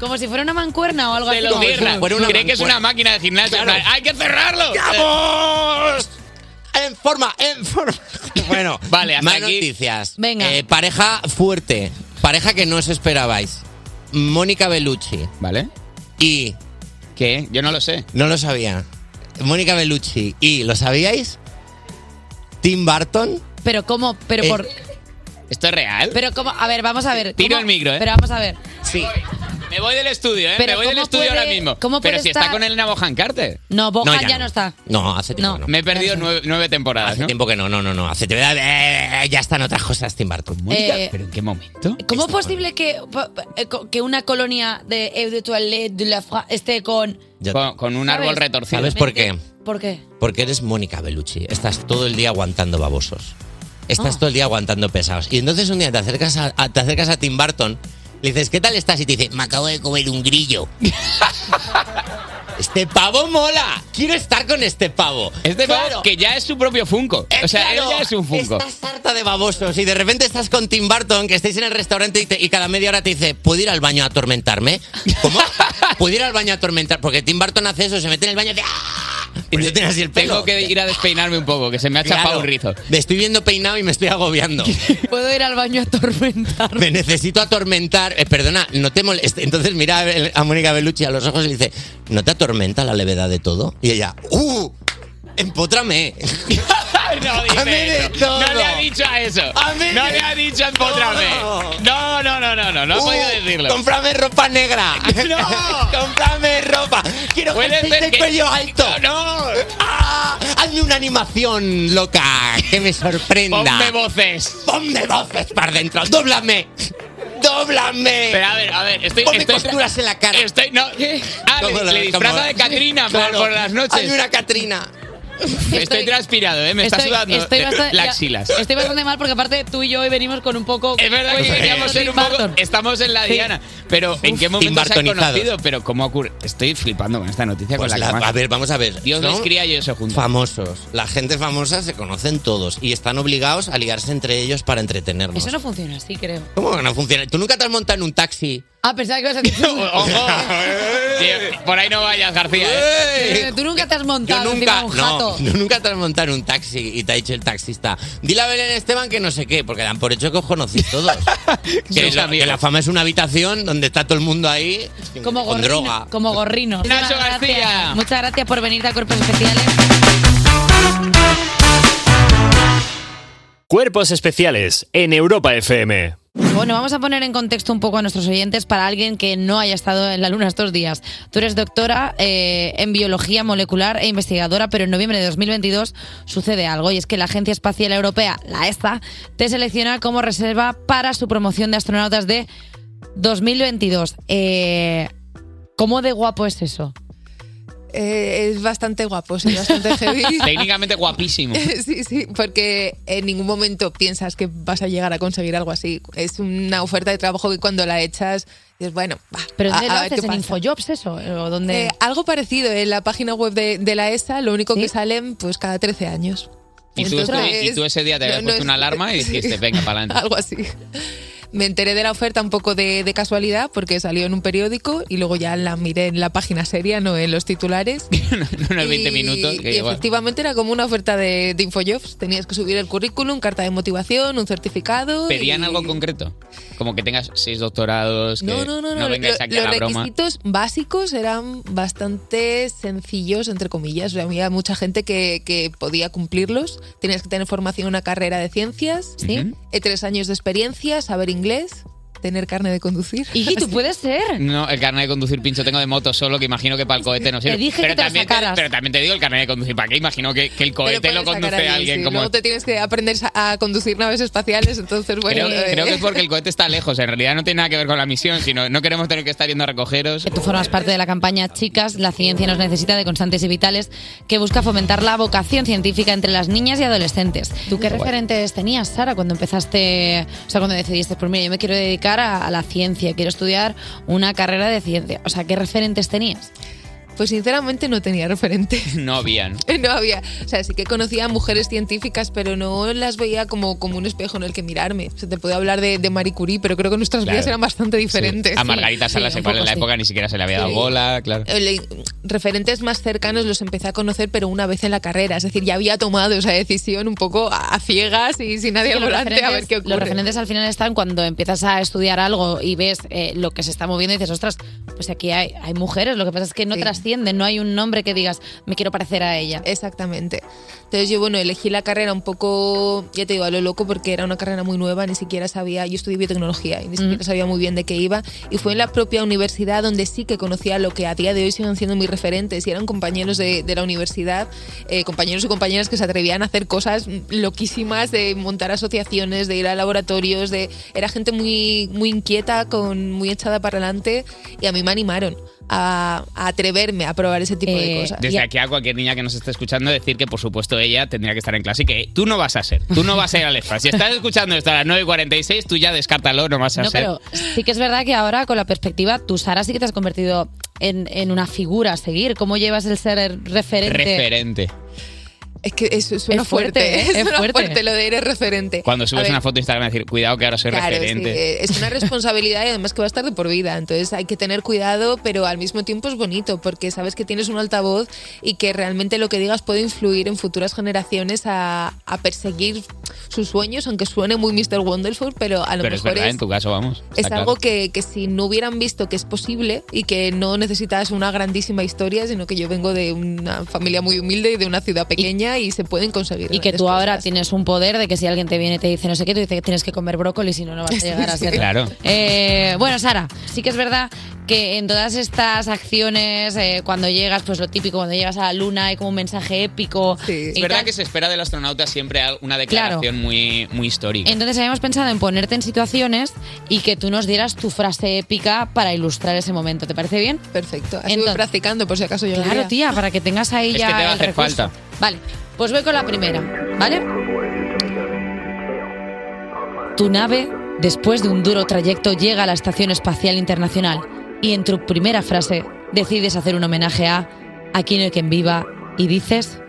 Como si fuera una mancuerna o algo Se así. lo Como- cierra. fuera una Cree que es mancuerna. una máquina de gimnasio. en plan, ¡Hay que cerrarlo! ¡Vamos! En forma, en forma. Bueno, Vale, hasta más aquí. noticias. Venga. Eh, pareja fuerte. Pareja que no os esperabais. Mónica Bellucci. Vale. Y. ¿Qué? Yo no lo sé. No lo sabía. Mónica Bellucci. ¿Y lo sabíais? Tim Burton. Pero cómo, pero Eh, por. ¿Esto es real? Pero cómo, a ver, vamos a ver. Tiro ¿cómo- el micro, ¿eh? Pero vamos a ver. Sí. Me voy del estudio, ¿eh? Pero Me voy del ¿cómo estudio puede- ahora mismo. cómo Pero puede si está estar- con Elena Bojan Carter. No, Bojan No, ya, ya no. no. está. No, hace tiempo No. que no. Me he perdido nueve, nueve temporadas, Hace ¿no? tiempo que no, no, no, no. Hace tiempo. eh, Ya están otras cosas, Tim Burton. Mónica, Eh, Pues ¿Pero en qué momento? ¿Cómo es posible que, eh, que una colonia de Eau de Toilette de la France esté con. Con, con un árbol ¿Sabes? retorcido. ¿Sabes por qué? ¿Por qué? Porque eres Mónica Bellucci. Estás todo el día aguantando babosos. Estás todo el día aguantando pesados. Y entonces un día te acercas a, a- te acercas a Tim Burton, le dices, ¿qué tal estás? Y te dice, me acabo de comer un grillo. ¡Este pavo mola! Quiero estar con este pavo. Eh, Este pavo que ya es su propio Funko. O sea, él claro, ya es un Funko. Estás harta de babosos y de repente estás con Tim Burton, que estáis en el restaurante y, te- y cada media hora te dice, ¿puedo ir al baño a atormentarme? ¿Cómo? ¿Puedo ir al baño a atormentar? Porque Tim Burton hace eso, se mete en el baño y hace, "Ah". Pero yo tengo así el pelo. Pues Tengo que ir a despeinarme un poco, que se me ha chapado Claro. un rizo. Me estoy viendo peinado y me estoy agobiando. Puedo ir al baño a atormentar. Me necesito atormentar. Eh, perdona, no te molestes. Entonces mira a Bel- a Mónica Bellucci a los ojos y le dice, ¿no te atormenta la levedad de todo? Y ella, ¡uh! ¡Empótrame! no dice eso. No le ha dicho a eso. no le ha dicho a Empotrame. No, no, no, no, no. No ha Uh, podido decirlo. ¡Cómprame ropa negra! ¡No! ¡Cómprame ropa! ¡Quiero Puede que ser estéis de que- cuello alto! ¡No! ¡Ah! ¡Hazme una animación loca que me sorprenda! Ponme voces. ¡Ponme voces para dentro! ¡Dóblame! ¡Dóblame! Pero a ver, a ver, estoy. Ponme estoy- costuras en la cara. Estoy. No. Ah, ¿Cómo le, la le dejamos? disfraza de Catrina por- Claro. por, las noches. Hazme una Catrina. Estoy, transpirado, ¿eh? Me está sudando estoy de- bastante- las ya- axilas. Estoy bastante mal porque aparte tú y yo hoy venimos con un poco... Es verdad que Oye, queríamos ser un poco. Estamos en la Sí. diana. Pero ¿en qué Tim momento se ha Burtonizados. conocido? Pero ¿cómo ocurre? Estoy flipando con esta noticia Pues con la, la- que más- a ver, vamos a ver. Dios ¿no? les cría y ellos se juntan. Famosos. La gente famosa se conocen todos y están obligados a ligarse entre ellos para entretenernos. Eso no funciona así, creo. ¿Cómo que no funciona? ¿Tú nunca te has montado en un taxi? Ah, pensaba que ibas a decir... ¡Ojo! Tío, por ahí no vayas, García. ¿eh? Pero Tú nunca te has Yo montado encima nunca, de un no, jato. yo nunca te has montado en un taxi y te ha dicho el taxista, dile a Belén Esteban que no sé qué, porque dan por hecho que os conocís todos. que, Sus la- amigos. que la fama es una habitación donde está todo el mundo ahí Como con gorrino. droga. Como gorrino. Nacho Muchas gracias. García. Muchas gracias por venir a Cuerpos Especiales. Cuerpos especiales en Europa FM. Bueno, vamos a poner en contexto un poco a nuestros oyentes para alguien que no haya estado en la luna estos días. Tú eres doctora eh, en biología molecular e investigadora, pero en noviembre de 2022 sucede algo y es que la Agencia Espacial Europea, la ESA, te selecciona como reserva para su promoción de astronautas de 2022. Eh, ¿Cómo de guapo es eso? Eh, es bastante guapo, es bastante heavy. Técnicamente guapísimo. Sí, sí, porque en ningún momento piensas que vas a llegar a conseguir algo así. Es una oferta de trabajo que cuando la echas dices, bueno, va, ¿Pero dónde a- lo a ver haces? qué ¿En pasa. Infojobs eso? ¿O dónde? Eh, algo parecido en la página web de, de la ESA, lo único que salen pues cada 13 años. Y tú, Entonces, este- y tú ese día te no, habías no puesto es- una alarma y sí. dijiste, venga, para adelante. Algo así. Me enteré de la oferta un poco de, de casualidad porque salió en un periódico y luego ya la miré en la página seria, no en los titulares. Unos 20 Y- minutos. Y, que igual. efectivamente era como una oferta de, de InfoJobs. Tenías que subir el currículum, carta de motivación, un certificado. y- ¿Pedían algo concreto? Como que tengas seis doctorados, que No, no, no, no. lo- vengáis aquí a la los broma. requisitos básicos eran bastante sencillos, entre comillas. O sea, había mucha gente que, que podía cumplirlos. Tenías que tener formación en una carrera de ciencias, ¿Sí? eh, tres años de experiencia, saber inglés, tener carne de conducir. Iggy, tú puedes ser. No, el carnet de conducir pincho tengo de moto solo, que imagino que para el cohete no sirve. dije que pero, te lo también sacaras. pero también te digo el carnet de conducir, ¿para qué? Imagino que, que el Pero cohete puedes Pues lo sacar conduce ahí, alguien sí. como... Luego te tienes que aprender a a conducir naves espaciales, entonces bueno... Creo, creo que eh, es porque el cohete está lejos, en realidad no tiene nada que ver con la misión, sino no queremos tener que estar yendo a recogeros. Tú formas parte de la campaña Chicas, la ciencia nos necesita de constantes y vitales, que busca fomentar la vocación científica entre las niñas y adolescentes. ¿Tú qué Guay. referentes tenías, Sara, cuando empezaste, o sea, cuando decidiste, pues mira, yo me quiero dedicar a, a la ciencia, quiero estudiar una carrera de ciencia? O sea, ¿qué referentes tenías? Pues sinceramente no tenía referente. No habían. No había, o sea, sí que conocía a mujeres científicas, pero no las veía como, como un espejo en el que mirarme. Se te podía hablar de, de Marie Curie, pero creo que nuestras Claro. vidas eran bastante diferentes. A Margarita Salas sí, un igual en poco la sí. época ni siquiera se le había dado Sí. bola, claro. El- referentes más cercanos los empecé a conocer, pero una vez en la carrera. Es decir, ya había tomado esa decisión un poco a, a ciegas y sin nadie Que al los volante a ver referentes- qué Los ocurre. referentes al final están cuando empiezas a estudiar algo y ves eh, lo que se está moviendo y dices, ostras, pues aquí hay, hay mujeres, lo que pasa es que no Sí. trascienden, no hay un nombre que digas, me quiero parecer a ella. Exactamente. Entonces yo, bueno, elegí la carrera un poco, ya te digo, a lo loco porque era una carrera muy nueva, ni siquiera sabía, yo estudié biotecnología y ni siquiera sabía muy bien de qué iba. Y fue en la propia universidad donde sí que conocía lo que a día de hoy siguen siendo mis referentes y eran compañeros de, de la universidad, eh, compañeros y compañeras que se atrevían a hacer cosas loquísimas, de montar asociaciones, de ir a laboratorios, de era gente muy, muy inquieta, con, muy echada para adelante y a mí me animaron. a, a atreverme a probar ese tipo de cosas. Eh, Desde Eh, Y a- aquí a cualquier niña que nos esté escuchando decir que, por supuesto, ella tendría que estar en clase y que tú no vas a ser. Tú no vas a ir a Alefa. Si estás escuchando esto a las 9.46, tú ya descártalo, no vas a No, ser. pero sí que es verdad que ahora con la perspectiva, tú, Sara, sí que te has convertido en, en una figura a seguir. ¿Cómo llevas el ser el referente? Referente. Es que eso suena Es fuerte, fuerte, ¿eh? Es suena fuerte. fuerte. lo de eres referente. Cuando Eh, A subes ver, una foto a Instagram, decir, cuidado que ahora soy Claro, sí, referente. eh, es una responsabilidad y además que va a estar de por vida. Entonces hay que tener cuidado, pero al mismo tiempo es bonito porque sabes que tienes un altavoz y que realmente lo que digas puede influir en futuras generaciones a, a perseguir sus sueños, aunque suene muy Mr. Wonderful, pero a lo Pero es mejor verdad, en tu caso, vamos. es está algo claro. que, que si no hubieran visto que es posible y que no necesitas una grandísima historia, sino que yo vengo de una familia muy humilde y de una ciudad pequeña y, se pueden conseguir. Y que grandes tú cosas. ahora tienes un poder de que si alguien te viene y te dice no sé qué, tú dices que tienes que comer brócoli, si no, no vas a llegar a Sí. ser. Claro. Eh, bueno, Sara, sí que es verdad que en todas estas acciones, eh, cuando llegas, pues lo típico, cuando llegas a la luna hay como un mensaje épico. Es y verdad tal. que se espera del astronauta siempre una declaración muy, muy histórica. Entonces habíamos pensado en ponerte en situaciones y que tú nos dieras tu frase épica para ilustrar ese momento. ¿Te parece bien? Perfecto. Así voy practicando por si acaso yo Claro, tía, para que tengas ahí Es que ya te va a el hacer recurso. falta. Vale, pues voy con la primera, ¿vale? Tu nave, después de un duro trayecto, llega a la Estación Espacial Internacional y en tu primera frase decides hacer un homenaje a Aquí no hay quien viva y dices...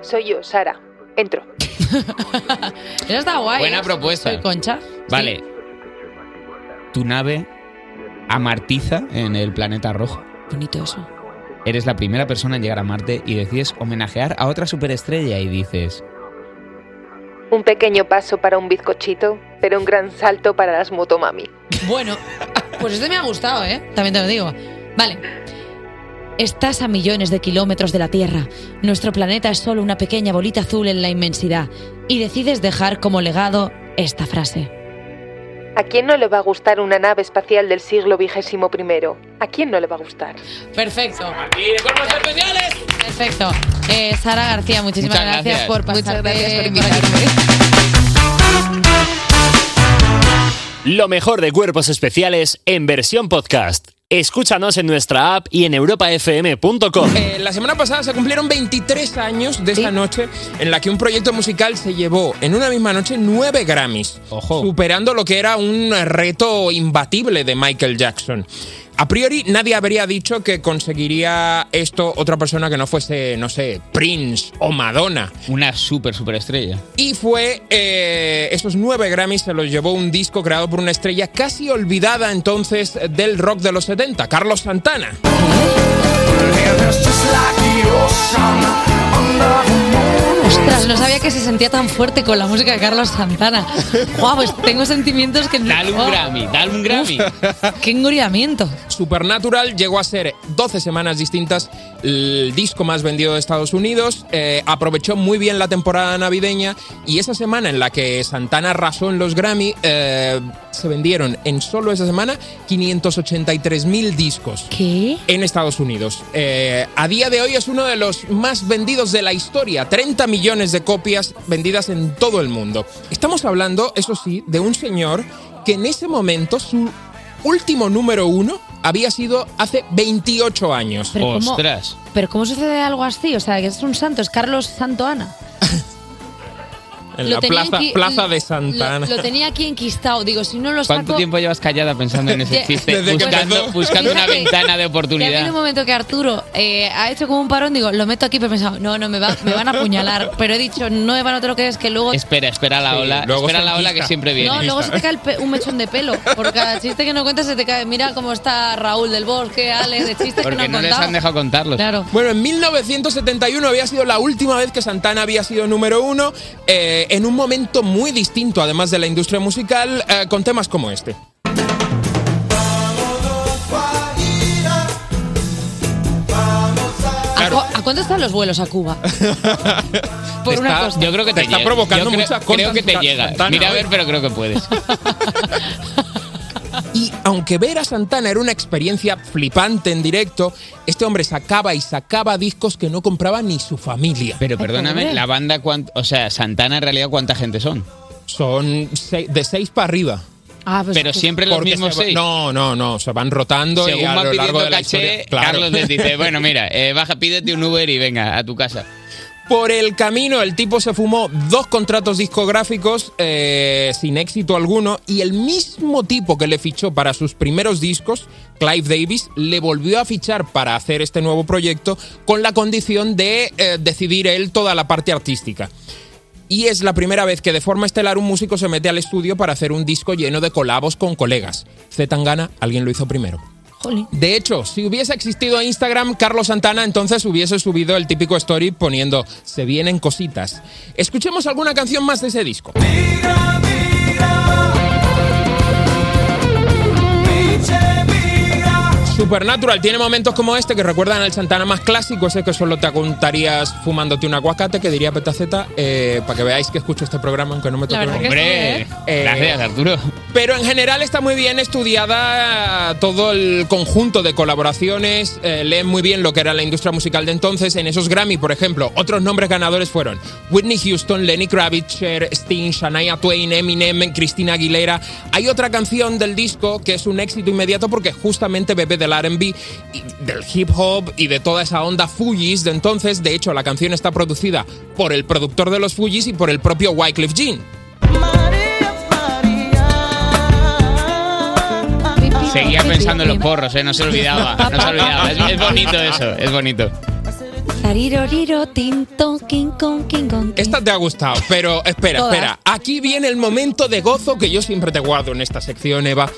Soy yo, Sara. Entro. Eso está guay. Buena ¿eh? propuesta. Soy Concha. Vale. Tu nave amartiza en el planeta rojo. Bonito eso. Eres la primera persona en llegar a Marte y decides homenajear a otra superestrella y dices, Un pequeño paso para un bizcochito, pero un gran salto para las motomami. Bueno, pues este me ha gustado, ¿eh? También te lo digo. Vale. Estás a millones de kilómetros de la Tierra. Nuestro planeta es solo una pequeña bolita azul en la inmensidad. Y decides dejar como legado esta frase. ¿A quién no le va a gustar una nave espacial del siglo XXI? ¿A quién no le va a gustar? Perfecto. Perfecto. Eh, Sara García, muchísimas Muchas gracias. gracias. por pasarte Muchas gracias por por aquí. Lo mejor de cuerpos especiales en versión podcast. Escúchanos en nuestra app y en europafm.com. Eh, la semana pasada se cumplieron 23 años de esta noche en la que un proyecto musical se llevó en una misma noche 9 Grammys, superando lo que era un reto imbatible de Michael Jackson. A priori nadie habría dicho que conseguiría esto otra persona que no fuese, no sé, Prince o Madonna. una super superestrella. Y fue, eh, esos nueve Grammys se los llevó un disco creado por una estrella casi olvidada entonces del rock de los 70, Carlos Santana. Ostras, no sabía que se sentía tan fuerte con la música de Carlos Santana. Guau, pues tengo sentimientos que... Dale Un Grammy, dale un Grammy. ¡Qué engoriamiento! Supernatural llegó a ser 12 semanas distintas el disco más vendido de Estados Unidos, eh, aprovechó muy bien la temporada navideña y esa semana en la que Santana arrasó en los Grammy, eh, se vendieron en solo esa semana 583.000 discos en Estados Unidos. Eh, a día de hoy es uno de los más vendidos de la historia, 30 millones de copias vendidas en todo el mundo. Estamos hablando, eso sí, de un señor que en ese momento su último número uno había sido hace 28 años. Pero ¿cómo- Pero ¿cómo sucede algo así? O sea, que es un santo, es Carlos Santo Ana. En Lo la tenía plaza, enqui- plaza de Lo, Santa Ana. lo tenía aquí enquistado. Digo, si no lo saco... ¿Cuánto tiempo llevas callada pensando en ese Ya- chiste? Desde que Buscando, empezó. buscando una Fíjate, ventana de Que ha habido oportunidad. un momento que Arturo eh, ha hecho como un parón, digo, lo meto aquí, pero he pensado, no, no, me, va- me van a apuñalar. Pero he dicho, no, Eva, no te lo crees, que luego... Espera, espera la Sí, ola. luego espera se la ola enquista. que siempre viene. No, luego se te cae el pe- un mechón de pelo. Por cada chiste que no cuentas se te cae. Mira cómo está Raúl del Bosque, Ale, de chistes que Porque no no han les contado. han dejado contarlos. Claro. Bueno, en 1971 había sido la última vez que Santana había sido número uno, eh, en un momento muy distinto, además de la industria musical, eh, con temas como este. ¿A, cu- a cuánto están los vuelos a Cuba? Te una está- cosa. Yo creo que te te, está llega. provocando Yo creo- muchas cosas, Creo que te Santa- llega. Santana, Mira a ¿eh? ver, pero creo que puedes. Y aunque ver a Santana era una experiencia flipante en directo, este hombre sacaba y sacaba discos que no compraba ni su familia. Pero Perdóname, la banda, cuan- o sea, Santana en realidad, ¿cuánta gente son? Son de seis para arriba. pero siempre los Porque mismos se va- seis. No, no, no, se van rotando y Según a van lo largo pidiendo de la caché, historia- claro. Carlos les dice, bueno, mira, eh, baja, pídete un Uber y venga a tu casa. Por el camino, el tipo se fumó dos contratos discográficos eh, sin éxito alguno y el mismo tipo que le fichó para sus primeros discos, Clive Davis, le volvió a fichar para hacer este nuevo proyecto con la condición de eh, decidir él toda la parte artística. Y es la primera vez que de forma estelar un músico se mete al estudio para hacer un disco lleno de colabos con colegas. Z Tangana, alguien lo hizo primero. De hecho, si hubiese existido Instagram, Carlos Santana entonces hubiese subido el típico story poniendo se vienen cositas. Escuchemos alguna canción más de ese disco. Supernatural tiene momentos como este que recuerdan al Santana más clásico, ese que solo te contarías fumándote un aguacate, que diría Petaceta, eh, para que veáis que escucho este programa aunque no me toque verdad que Hombre, sí, ¿eh? gracias, Arturo. Pero en general está muy bien estudiada todo el conjunto de colaboraciones, eh, leen muy bien lo que era la industria musical de entonces. En esos Grammy, por ejemplo, otros nombres ganadores fueron Whitney Houston, Lenny Kravitz, Cher, Sting, Shania Twain, Eminem, Cristina Aguilera. Hay otra canción del disco que es un éxito inmediato porque justamente bebe del RB, y del hip hop y de toda esa onda Fujis de entonces. De hecho, la canción está producida por el productor de los Fujis y por el propio Wyclef Jean. Seguía pensando en los porros, ¿eh? no se olvidaba. No se olvidaba. Es, es bonito eso, es bonito. Tariroriro, tin, ton, king, con, king, con, king. Esta te ha gustado, pero espera, Todas. espera. Aquí viene el momento de gozo que yo siempre te guardo en esta sección, Eva.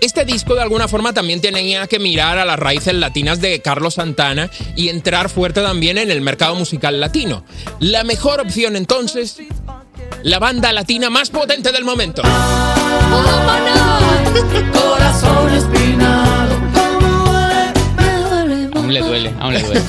Este disco de alguna forma también tenía que mirar a las raíces latinas de Carlos Santana y entrar fuerte también en el mercado musical latino. La mejor opción entonces, la banda latina más potente del momento. Corazón espinado. Aún le duele, aún le duele.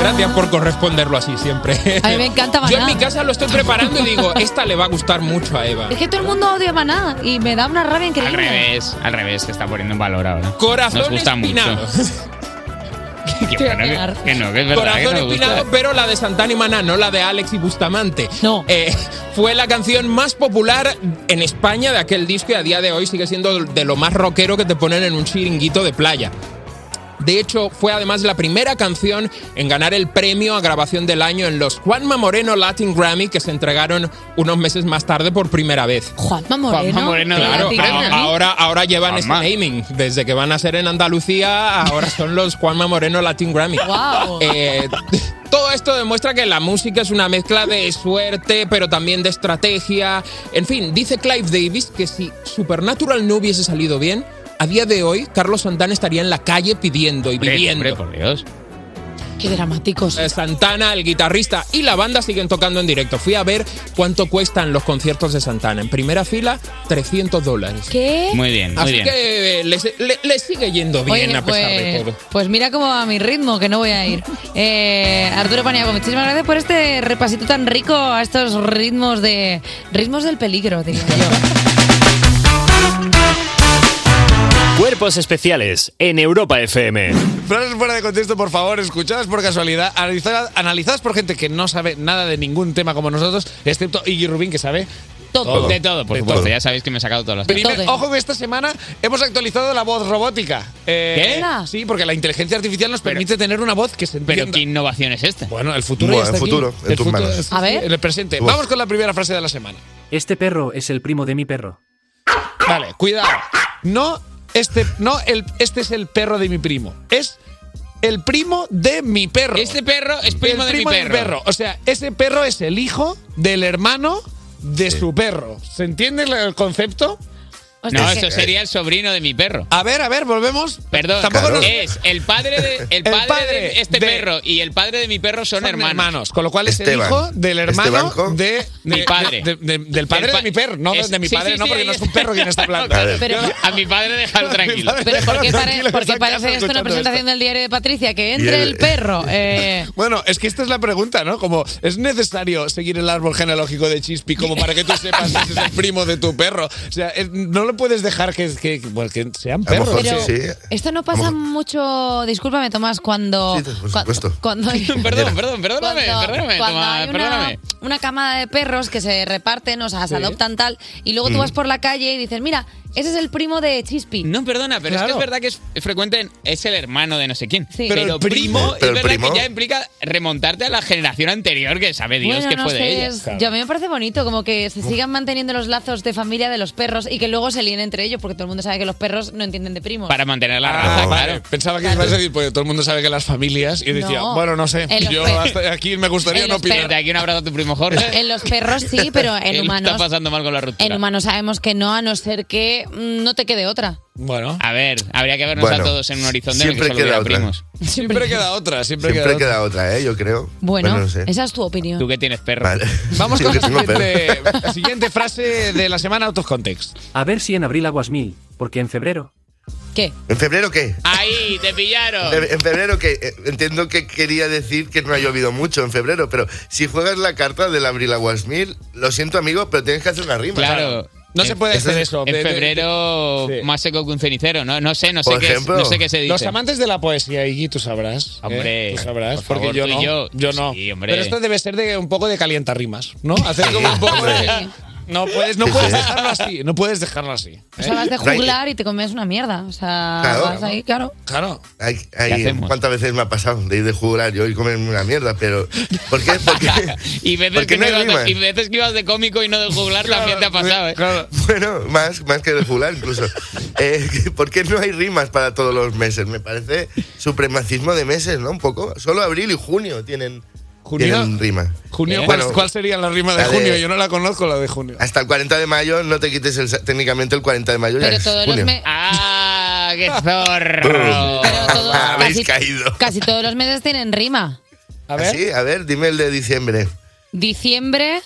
Gracias por corresponderlo así siempre. A mí Ah. me encanta Yo en mi Maná. casa lo estoy preparando y digo, esta le va a gustar mucho a Eva. Es que todo el mundo odia Maná y me da una rabia Al increíble. revés, al revés, se está poniendo en valor ahora. Corazón Nos gusta espinado. mucho. Que, bueno, que, que no, que es verdad. Corazón que nos gusta. Espinado, pero la de Santana y Maná, no la de Alex y Bustamante. No. fue la canción más popular en España de aquel disco y a día de hoy sigue siendo de lo más rockero que te ponen en un chiringuito de playa. De hecho, fue además la primera canción en ganar el premio a grabación del año en los Juanma Moreno Latin Grammy que se entregaron unos meses más tarde por primera vez. Juanma Moreno. Juanma Moreno, de claro. Latin a- Grammy. Ahora, ahora llevan este ese naming. Desde que van a ser en Andalucía, ahora son los Juanma Moreno Latin Grammy. Guau. Eh, todo esto demuestra que la música es una mezcla de suerte, pero también de estrategia. En fin, dice Clive Davis que si Supernatural no hubiese salido bien, a día de hoy Carlos Santana estaría en la calle pidiendo y viviendo. por Dios. Qué dramáticos. Eh, Santana, el guitarrista y la banda siguen tocando en directo. Fui a ver cuánto cuestan los conciertos de Santana. En primera fila, 300 dólares. ¿Qué? Muy bien, muy Así bien. que eh, les, le- les sigue yendo bien Oye, a pesar de pues, todo. pues mira cómo va mi ritmo, que no voy a ir. Eh, Arturo Paniagua, muchísimas gracias por este repasito tan rico a estos ritmos de ritmos del peligro, diría yo. Cuerpos especiales en Europa FM. Frases fuera de contexto, por favor, escuchadas por casualidad, analizadas, analizadas por gente que no sabe nada de ningún tema como nosotros, excepto Iggy Rubin, que sabe todo. De todo, por De supuesto. todo. Ya sabéis que me he sacado todas las Primer- ojo que esta semana hemos actualizado la voz robótica. Eh, Sí, porque la inteligencia artificial nos permite tener una voz que se entienda. Pero ¿qué innovación es esta? Bueno, el futuro ya está aquí. El futuro- sí, sí, En el presente. Tu voz. Vamos con la primera frase de la semana. Este perro es el primo de mi perro. Vale, cuidado. No, este, no el, este es el perro de mi primo. Es el primo de mi perro. Este perro es primo El de mi perro. O sea, ese perro es el hijo del hermano de su perro. ¿Se entiende la- el concepto? eh, No, eso sería el sobrino de mi perro. A ver, a ver, volvemos. Perdón, Eh, Ah, Tampoco nos- es el padre de el El padre, padre de este de- perro y el padre de mi perro son, hermanos. Con lo cual es Esteban. el hijo del hermano de, Mi de- padre. de- de- del padre Del pa- de mi perro. No, Es- de mi sí, padre, sí, no, sí, porque ahí no es un perro este quien está hablando. Claro, pero- a mi padre déjalo tranquilo. Pero ¿por qué, pare- Tranquilo, por qué está parece Carlos esto una escuchando esto. presentación del diario de Patricia? Que entre Y el- el perro. eh, Bueno, es que esta es la pregunta, ¿no? Como, ¿es necesario seguir el árbol genealógico de Chispi como para que tú sepas que ese es el primo de tu perro? O sea, es- no, lo puedes dejar que, que- pues, que sean A lo perros. ¿eh? mejor sí, Esto no pasa mucho, discúlpame Tomás, cuando... por supuesto. Cuando hay, Perdón, perdón, perdóname, cuando- cuando perdóname, Tomás, hay una, perdóname. una camada de perros que se reparten, o sea, se Sí. adoptan tal, y luego tú Mm. vas por la calle y dices, mira, ese es el primo de Chispi. No, perdona, pero es que es verdad que es frecuente, en- es el hermano de no sé quién. Sí. Pero, Pero el primo, primo- es pero el verdad primo- que ya implica remontarte a la generación anterior que sabe Dios bueno, que no fue de sé, ella. es- yo a mí me parece bonito, como que se sigan manteniendo los lazos de familia de los perros y que luego se líen entre ellos, porque todo el mundo sabe que los perros no entienden de primos. Para mantener la Ah, raza, vale. claro. Pensaba que ibas a decir, pues todo el mundo sabe que las familias. Y decía, No. bueno, no sé. En los Yo pe- hasta aquí me gustaría en no los pe- opinar. De aquí un abrazo a tu primo Jorge. En los perros sí, pero Él en Está humanos, pasando mal con la ruptura. en humanos sabemos que no, a no ser que mm, no te quede otra. Bueno. A ver, habría que vernos Bueno, a todos en un horizonte en el que siempre solo queda hubiera otra. primos. Siempre queda otra, siempre, Siempre queda otra, ¿eh? Yo creo. Bueno, no sé. esa es tu opinión. Tú que tienes perros. Vamos Sí, con que la tengo siguiente, siguiente frase de la semana, Out of Context. A ver si en abril aguas mil, porque en febrero. ¿Qué? ¿En febrero qué? Ahí, te pillaron. En en febrero que eh, entiendo que quería decir que no ha llovido mucho en febrero, pero si juegas la carta del abril aguas mil, lo siento amigo, pero tienes que hacer una rima. Claro. No se puede hacer eso. En De- de- febrero, más seco que un cenicero. No, no sé, no sé, Por qué, es- ejemplo, no sé qué se dice. Los amantes de la poesía, Iggy, tú sabrás. ¿eh? Hombre, Tú sabrás, por porque favor, yo tú y no. yo. no. Sí, hombre. Pero esto debe ser de un poco de calientarrimas, ¿no? Hacer como un poco de. No puedes, no Sí, puedes sí. dejarlo así, no puedes dejarlo así. ¿eh? O sea, vas de No hay- juglar y te comes una mierda. O sea, Claro. vas ahí, claro. Claro. Ay, ay, ¿Cuántas veces me ha pasado de ir de jugar yo y comerme una mierda? Pero, ¿por qué? Porque, Y veces, porque que no no hay ibas rima. de, y veces que ibas de cómico y no de juglar también te ha pasado, ¿eh? Bueno, más, más que de jugar incluso. Eh, ¿Por qué no hay rimas para todos los meses? Me parece supremacismo de meses, ¿no? Un poco. Solo abril y junio tienen, ¿Junio? tienen rima. Eh, ¿Eh? Junio, ¿cuál, Bueno, cuál sería la rima de la de- junio? Yo no la conozco, la de junio. Hasta el 40 de mayo no te quites el sa- técnicamente el 40 de mayo. ya Pero es todos los junio. meses. ¡Ah! ¡Qué zorro! Habéis casi- caído. Casi todos los meses tienen rima. A ver. ¿Ah, Sí, a ver, dime el de diciembre. Diciembre.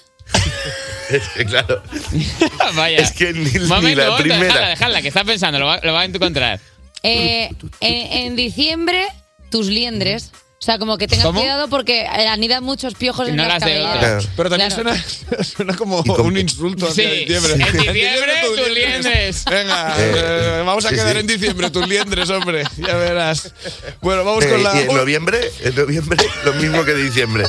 Es que claro. Vaya. Es que ni, ni Momento, la momento, dejadla, primera. dejadla, que está pensando, lo va, lo va a encontrar. eh, en, en diciembre, tus liendres. O sea, como que tengas ¿Cómo? cuidado porque eh, anidan muchos piojos en las cabellas. Pero también suena, suena como un insulto hacia diciembre. En diciembre tus liendres. Venga, Eh, eh, vamos a sí, quedar sí. en diciembre, tus liendres, hombre. Ya verás. Bueno, vamos Eh, con la... y en noviembre, en noviembre, lo mismo que diciembre.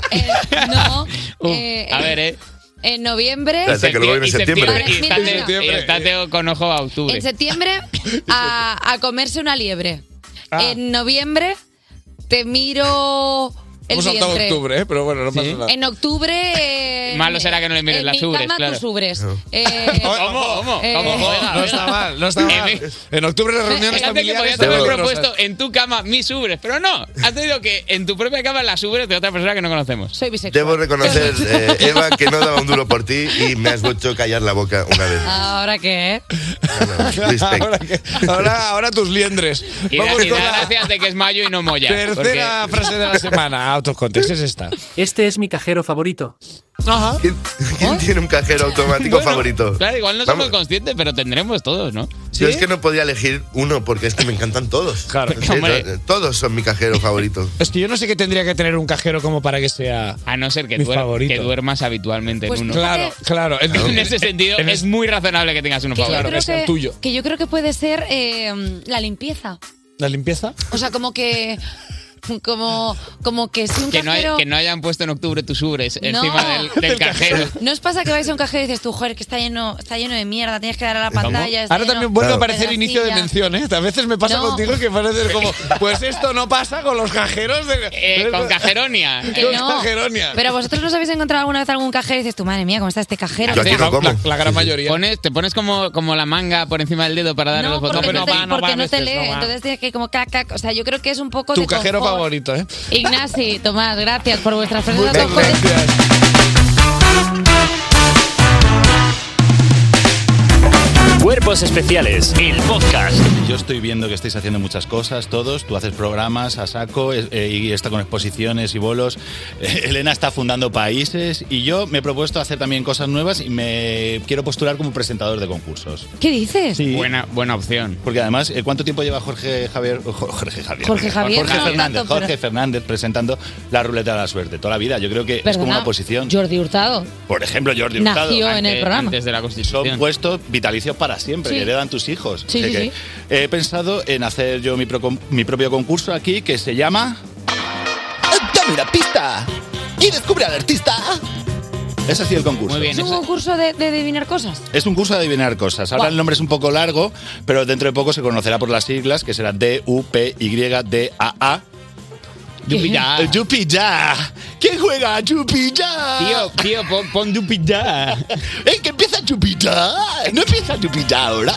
No. eh, A ver, ¿eh? En noviembre. Espérate, que luego viene Y septiembre. Y Mira, está Teo- mira, mira. y está Teo con ojo a octubre. En septiembre, a, a comerse una liebre. Ah. En noviembre, te miro el Hemos saltado vientre. octubre, ¿eh? pero bueno, no pasa nada. En octubre. eh, Malo será que no le mires en las mi ubres, cama, claro. tus ubres. No. Eh, ¿Cómo? ¿Cómo? eh, ¿Cómo? Juega, No juega. está mal, no está mal. En octubre las reuniones Fíjate que familiares... podías haber también, propuesto en tu cama mis ubres, pero no. Has tenido que en tu propia cama las ubres de otra persona que no conocemos. Soy bisexual. Debo reconocer, eh, Eva, que no daba un duro por ti y me has hecho callar la boca una vez. ¿Ahora qué? Respect. ahora, que- ahora, ahora tus liendres. Y, da, Vamos y con da la gracias de que es mayo y no moya. tercera porque- frase de la semana, Ah, Out of Context, es esta. Este es mi cajero favorito. ¿Quién, quién tiene un cajero automático favorito? ¿Ah? Claro, igual no Vamos. somos conscientes, pero tendremos todos, ¿no? Yo es que no podía elegir uno porque es que me encantan todos. Claro, Hombre. todos son mi cajero favorito. Es que yo no sé qué tendría que tener un cajero como para que sea... A no ser que, Mi duer- favorito. que duermas habitualmente Pues en uno. claro, claro. En, En ese sentido, es muy razonable que tengas uno Que yo favorito. creo que- que yo creo que puede ser eh, la limpieza. ¿La limpieza? O sea, como que. Como, como que si un Que no, hay- cajero. que no hayan puesto en octubre tus ubres No. encima del, del cajero. ¿No os pasa que vais a un cajero y dices tú, joder, que está lleno, está lleno de mierda, tienes que dar a la pantalla? está Ahora lleno también vuelve de a aparecer la inicio de silla"? mención, ¿eh? A veces me pasa No. contigo que parece como, pues esto no pasa con los cajeros de... Eh, con cajeronia. Con Que no. cajeronia. Pero vosotros nos habéis encontrado alguna vez algún cajero y dices tú, madre mía, ¿cómo está este cajero? Yo aquí Está- no como. La, la gran mayoría. Pones- te pones como, como la manga por encima del dedo para dar los No, botones. porque no, te, porque no te este, lee, no va. entonces tienes que ir como cac, cac. O sea, yo creo que es un poco Tu de cajero confort. favorito, ¿eh? Ignasi, Tomás, gracias por vuestras preguntas. Muchas gracias. Cuerpos especiales, el podcast. Yo estoy viendo que estáis haciendo muchas cosas, todos. Tú haces programas a saco es- eh, y está con exposiciones y bolos. Eh, Elena está fundando países y yo me he propuesto hacer también cosas nuevas y me quiero postular como presentador de concursos. ¿Qué dices? Buena, buena opción. Porque además, eh, ¿cuánto tiempo lleva Jorge Javier? Jo- Jorge Javier. Jorge Javier, Jorge no, Fernández. tanto, Jorge pero- Fernández presentando la ruleta de la suerte. Toda la vida. Yo creo que es como Perdona, una posición. Jordi Hurtado. Por ejemplo, Jordi Nació Hurtado. en el Ante- programa. antes de la Constitución. Son puestos vitalicios para heredas siempre, Sí. que heredan tus hijos. Sí, Así sí, que sí. He pensado en hacer yo mi, pro- mi propio concurso aquí que se llama. ¡Dame la pista! ¡Y descubre al artista! Es así el concurso. ¿Es un concurso de, de adivinar cosas? Es un curso de adivinar cosas. Ahora el nombre es un poco largo, pero dentro de poco se conocerá por las siglas, que será D-U-P-Y-D-A-A. Yupi ya. El Yupi ya. ¿Quién juega a Yupi ya? Tío, tío, pon, pon Yupi ya. ¡Eh, que empieza Yupi ya! ¿No empieza Yupi ya ahora?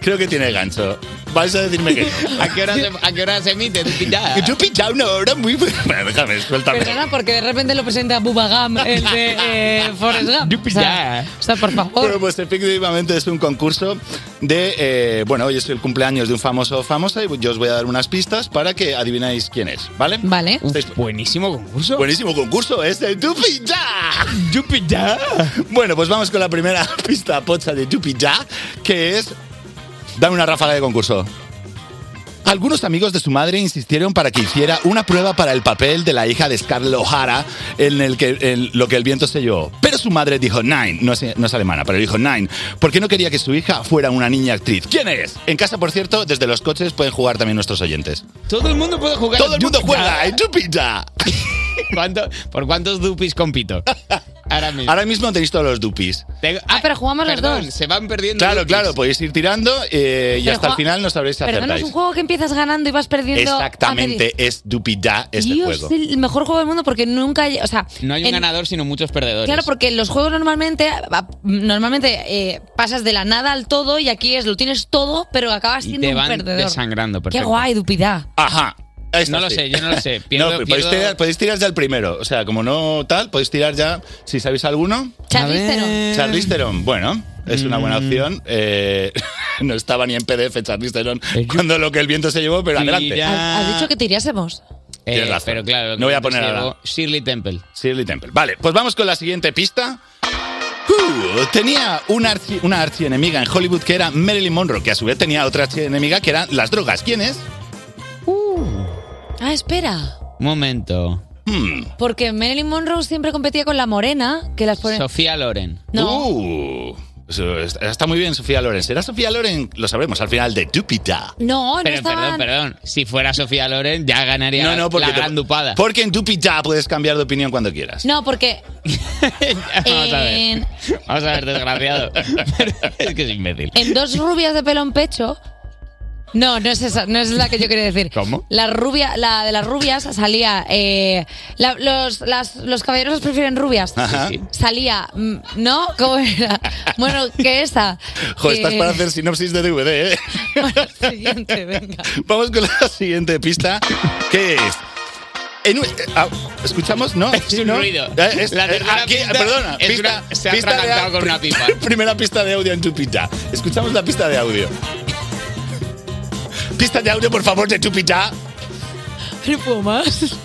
Creo que tiene gancho. Vais a decirme que no. ¿A qué hora se, a qué hora se emite Yupi ya? Yupi ya, una hora muy... Bueno, déjame, suéltame. Perdona, Ah, porque de repente lo presenta Bubagam, el de eh, Forrest Gump. O sea, o sea, por favor. Bueno, pues efectivamente es un concurso de, eh, bueno, hoy es el cumpleaños de un famoso o famosa y yo os voy a dar unas pistas para que adivináis quién es, ¿vale? Vale. buenísimo concurso. Buenísimo concurso, es de Yupi Ya. Yupi Ya. Bueno, pues vamos con la primera pista pocha de Yupi Ya, que es, dame una ráfaga de concurso. Algunos amigos de su madre insistieron para que hiciera una prueba para el papel de la hija de Scarlett O'Hara en, el que, en lo que el viento selló. Pero su madre dijo Nine, no es, no es alemana, pero dijo Nine, porque no quería que su hija fuera una niña actriz. ¿Quién es? En casa, por cierto, desde los coches pueden jugar también nuestros oyentes. Todo el mundo puede jugar. Todo el mundo juega en ¿Cuánto, ¿Por cuántos dupis compito? Ahora mismo. Ahora mismo tenéis todos los dupis. Tengo- Ah, pero jugamos los perdón, dos. se van perdiendo. Claro, dupis. claro, podéis ir tirando eh, y Pero hasta el Juan- final no sabréis si Perdona, es acertáis. un juego que empiezas ganando y vas perdiendo. a Exactamente, medida- es Dupida este Dios, juego. es el mejor juego del mundo porque nunca. hay- O sea, No hay un en- ganador, sino muchos perdedores. Claro, porque en los juegos normalmente va- normalmente eh, pasas de la nada al todo y aquí es lo tienes todo, pero acabas y siendo te un van perdedor. desangrando. Qué Perfecto. guay, Dupidá. Ajá. Esta No lo sí. sé, yo no lo sé. Pierdo- No, pero podéis, pierdo- tirar, podéis tirar ya el primero. O sea, como no tal, podéis tirar ya, si sabéis alguno. Charlize Theron. Charlize Theron, bueno, es una buena Mm. opción. Eh, no estaba ni en PDF Charlize Theron Eh, cuando lo que el viento se llevó, pero adelante. Has dicho que te iriásemos. Eh, Tienes razón. no voy a poner ahora. Shirley Temple. Shirley Temple. Vale, pues vamos con la siguiente pista. Uh, tenía una, archi- una archienemiga en Hollywood que era Marilyn Monroe, que a su vez tenía otra archienemiga que eran las drogas. ¿Quién es? Ah, espera. Momento. Hmm. Porque Marilyn Monroe siempre competía con la morena, que las pone. Sofía Loren. No. Uh, eso es- está muy bien Sofía Loren. ¿Será Sofía Loren? Lo sabremos al final de Dupita. No, no Pero estaban- perdón, perdón. Si fuera Sofía Loren, ya ganaría No, no, porque la te- gran dupada. Porque en Dupita puedes cambiar de opinión cuando quieras. No, porque. Vamos a ver. en, Vamos a ver, desgraciado. es que es imbécil. en dos rubias de pelo en pecho. No, no es esa, no es la que yo quería decir. ¿Cómo? La rubia, la de las rubias salía. eh, la- los, las- los caballeros las prefieren rubias. Ajá. Sí, sí. Salía, mm, ¿no? ¿Cómo era? Bueno, que esa. Jo, estás Eh, para hacer sinopsis de DVD, ¿eh? siguiente, venga. Vamos con la siguiente pista, que es... en un- eh, ah, ¿Escuchamos? ¿No? Es ¿Sí, un no? ruido. Eh, es- La eh, tercera aquí- pista perdona, es pista, una- se ha pista de atragantado au- con una pipa. Primera pista de audio en Dupita. Escuchamos la pista de audio. Pista de audio, por favor, de Dupita. No puedo más.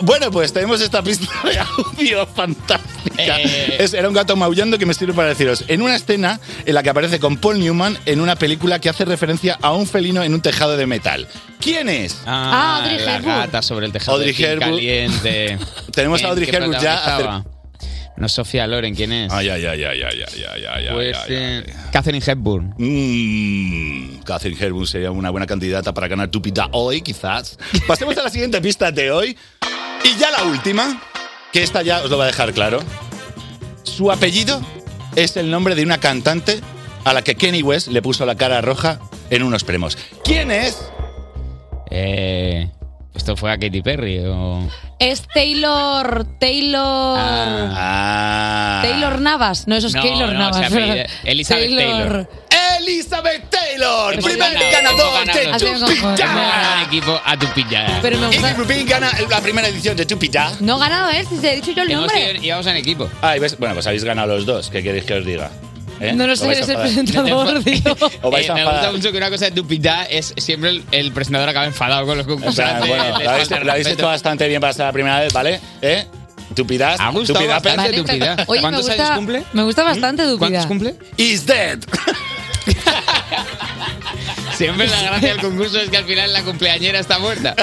Bueno, pues tenemos esta pista de audio fantástica. Eh, Es- era un gato maullando que me sirve para deciros. En una escena en la que aparece con Paul Newman en una película que hace referencia a un felino en un tejado de metal. ¿Quién es? Ah, Audrey la Hepburn. gata sobre el tejado Audrey de Kim Hepburn. caliente. Tenemos a ¿Quién- Audrey qué Hepburn ya. protagonizaba? hacer- No, Sofía Loren, ¿quién es? Ay, ay, ay, ay, ay, ay, ay, ay, Pues, ay, eh, Catherine Hepburn. Mm, Catherine Hepburn sería una buena candidata para ganar Tupita hoy, quizás. Pasemos a la siguiente pista de hoy. Y ya la última, que esta ya os lo va a dejar claro. Su apellido es el nombre de una cantante a la que Kenny West le puso la cara roja en unos premios. ¿Quién es? Eh, ¿Esto fue a Katy Perry o...? Es Taylor. Taylor. Ah. Taylor Navas. No, eso es No, Taylor no, Navas. se apellida Elizabeth Taylor. Elizabeth Taylor, Hemos primer ganado, ganador hemos ganado. de Hemos ganado Tupita. el equipo a tu pilla. Pero me gusta- Iggy Rubin gana la primera edición de Tupita. No he ganado, ¿eh? Si te he dicho yo el Hemos nombre. ido- íbamos en equipo. Ah, y ves- bueno, pues habéis ganado los dos. ¿Qué queréis que os diga? ¿Eh? No lo ¿Os sé, vais a eres el enfadar? presentador, tío. ¿O vais a Eh, me gusta enfadar? mucho que una cosa de Dupida es siempre el, el presentador acaba enfadado con los O sea, concursantes. bueno, les lo habéis, falta lo habéis respeto. hecho bastante bien para ser la primera vez, ¿vale? ¿Eh? Tupidaz. Ha gustado ¿eh? bastante Vale, Tupidaz. pero- oye, me ¿eh? ¿Cuántos gusta- años cumple? ¿Mm? Me gusta bastante Dupida. ¿Cuántos cumple? Is dead. Siempre la gracia del concurso es que al final la cumpleañera está muerta.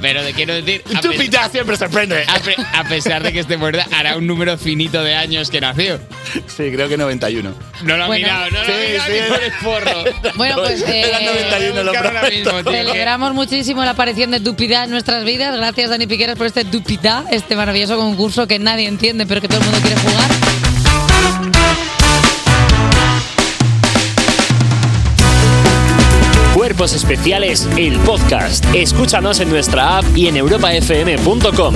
Pero te quiero decir. Chupita siempre sorprende. A, pe- a pesar de que esté muerta, hará un número finito de años que nació. Sí, creo que 91. No lo ha Bueno. mirado, no lo ha Sí, mirado sí. ni por el forro. Bueno, pues, eh, Era 91, lo Ahora mismo, tío, que- Celebramos muchísimo la aparición de Dupidá en nuestras vidas. Gracias, Dani Piqueras, por este Dupidá, este maravilloso concurso que nadie entiende, pero que todo el mundo quiere jugar. Cuerpos Especiales, el podcast. Escúchanos en nuestra app y en europafm.com.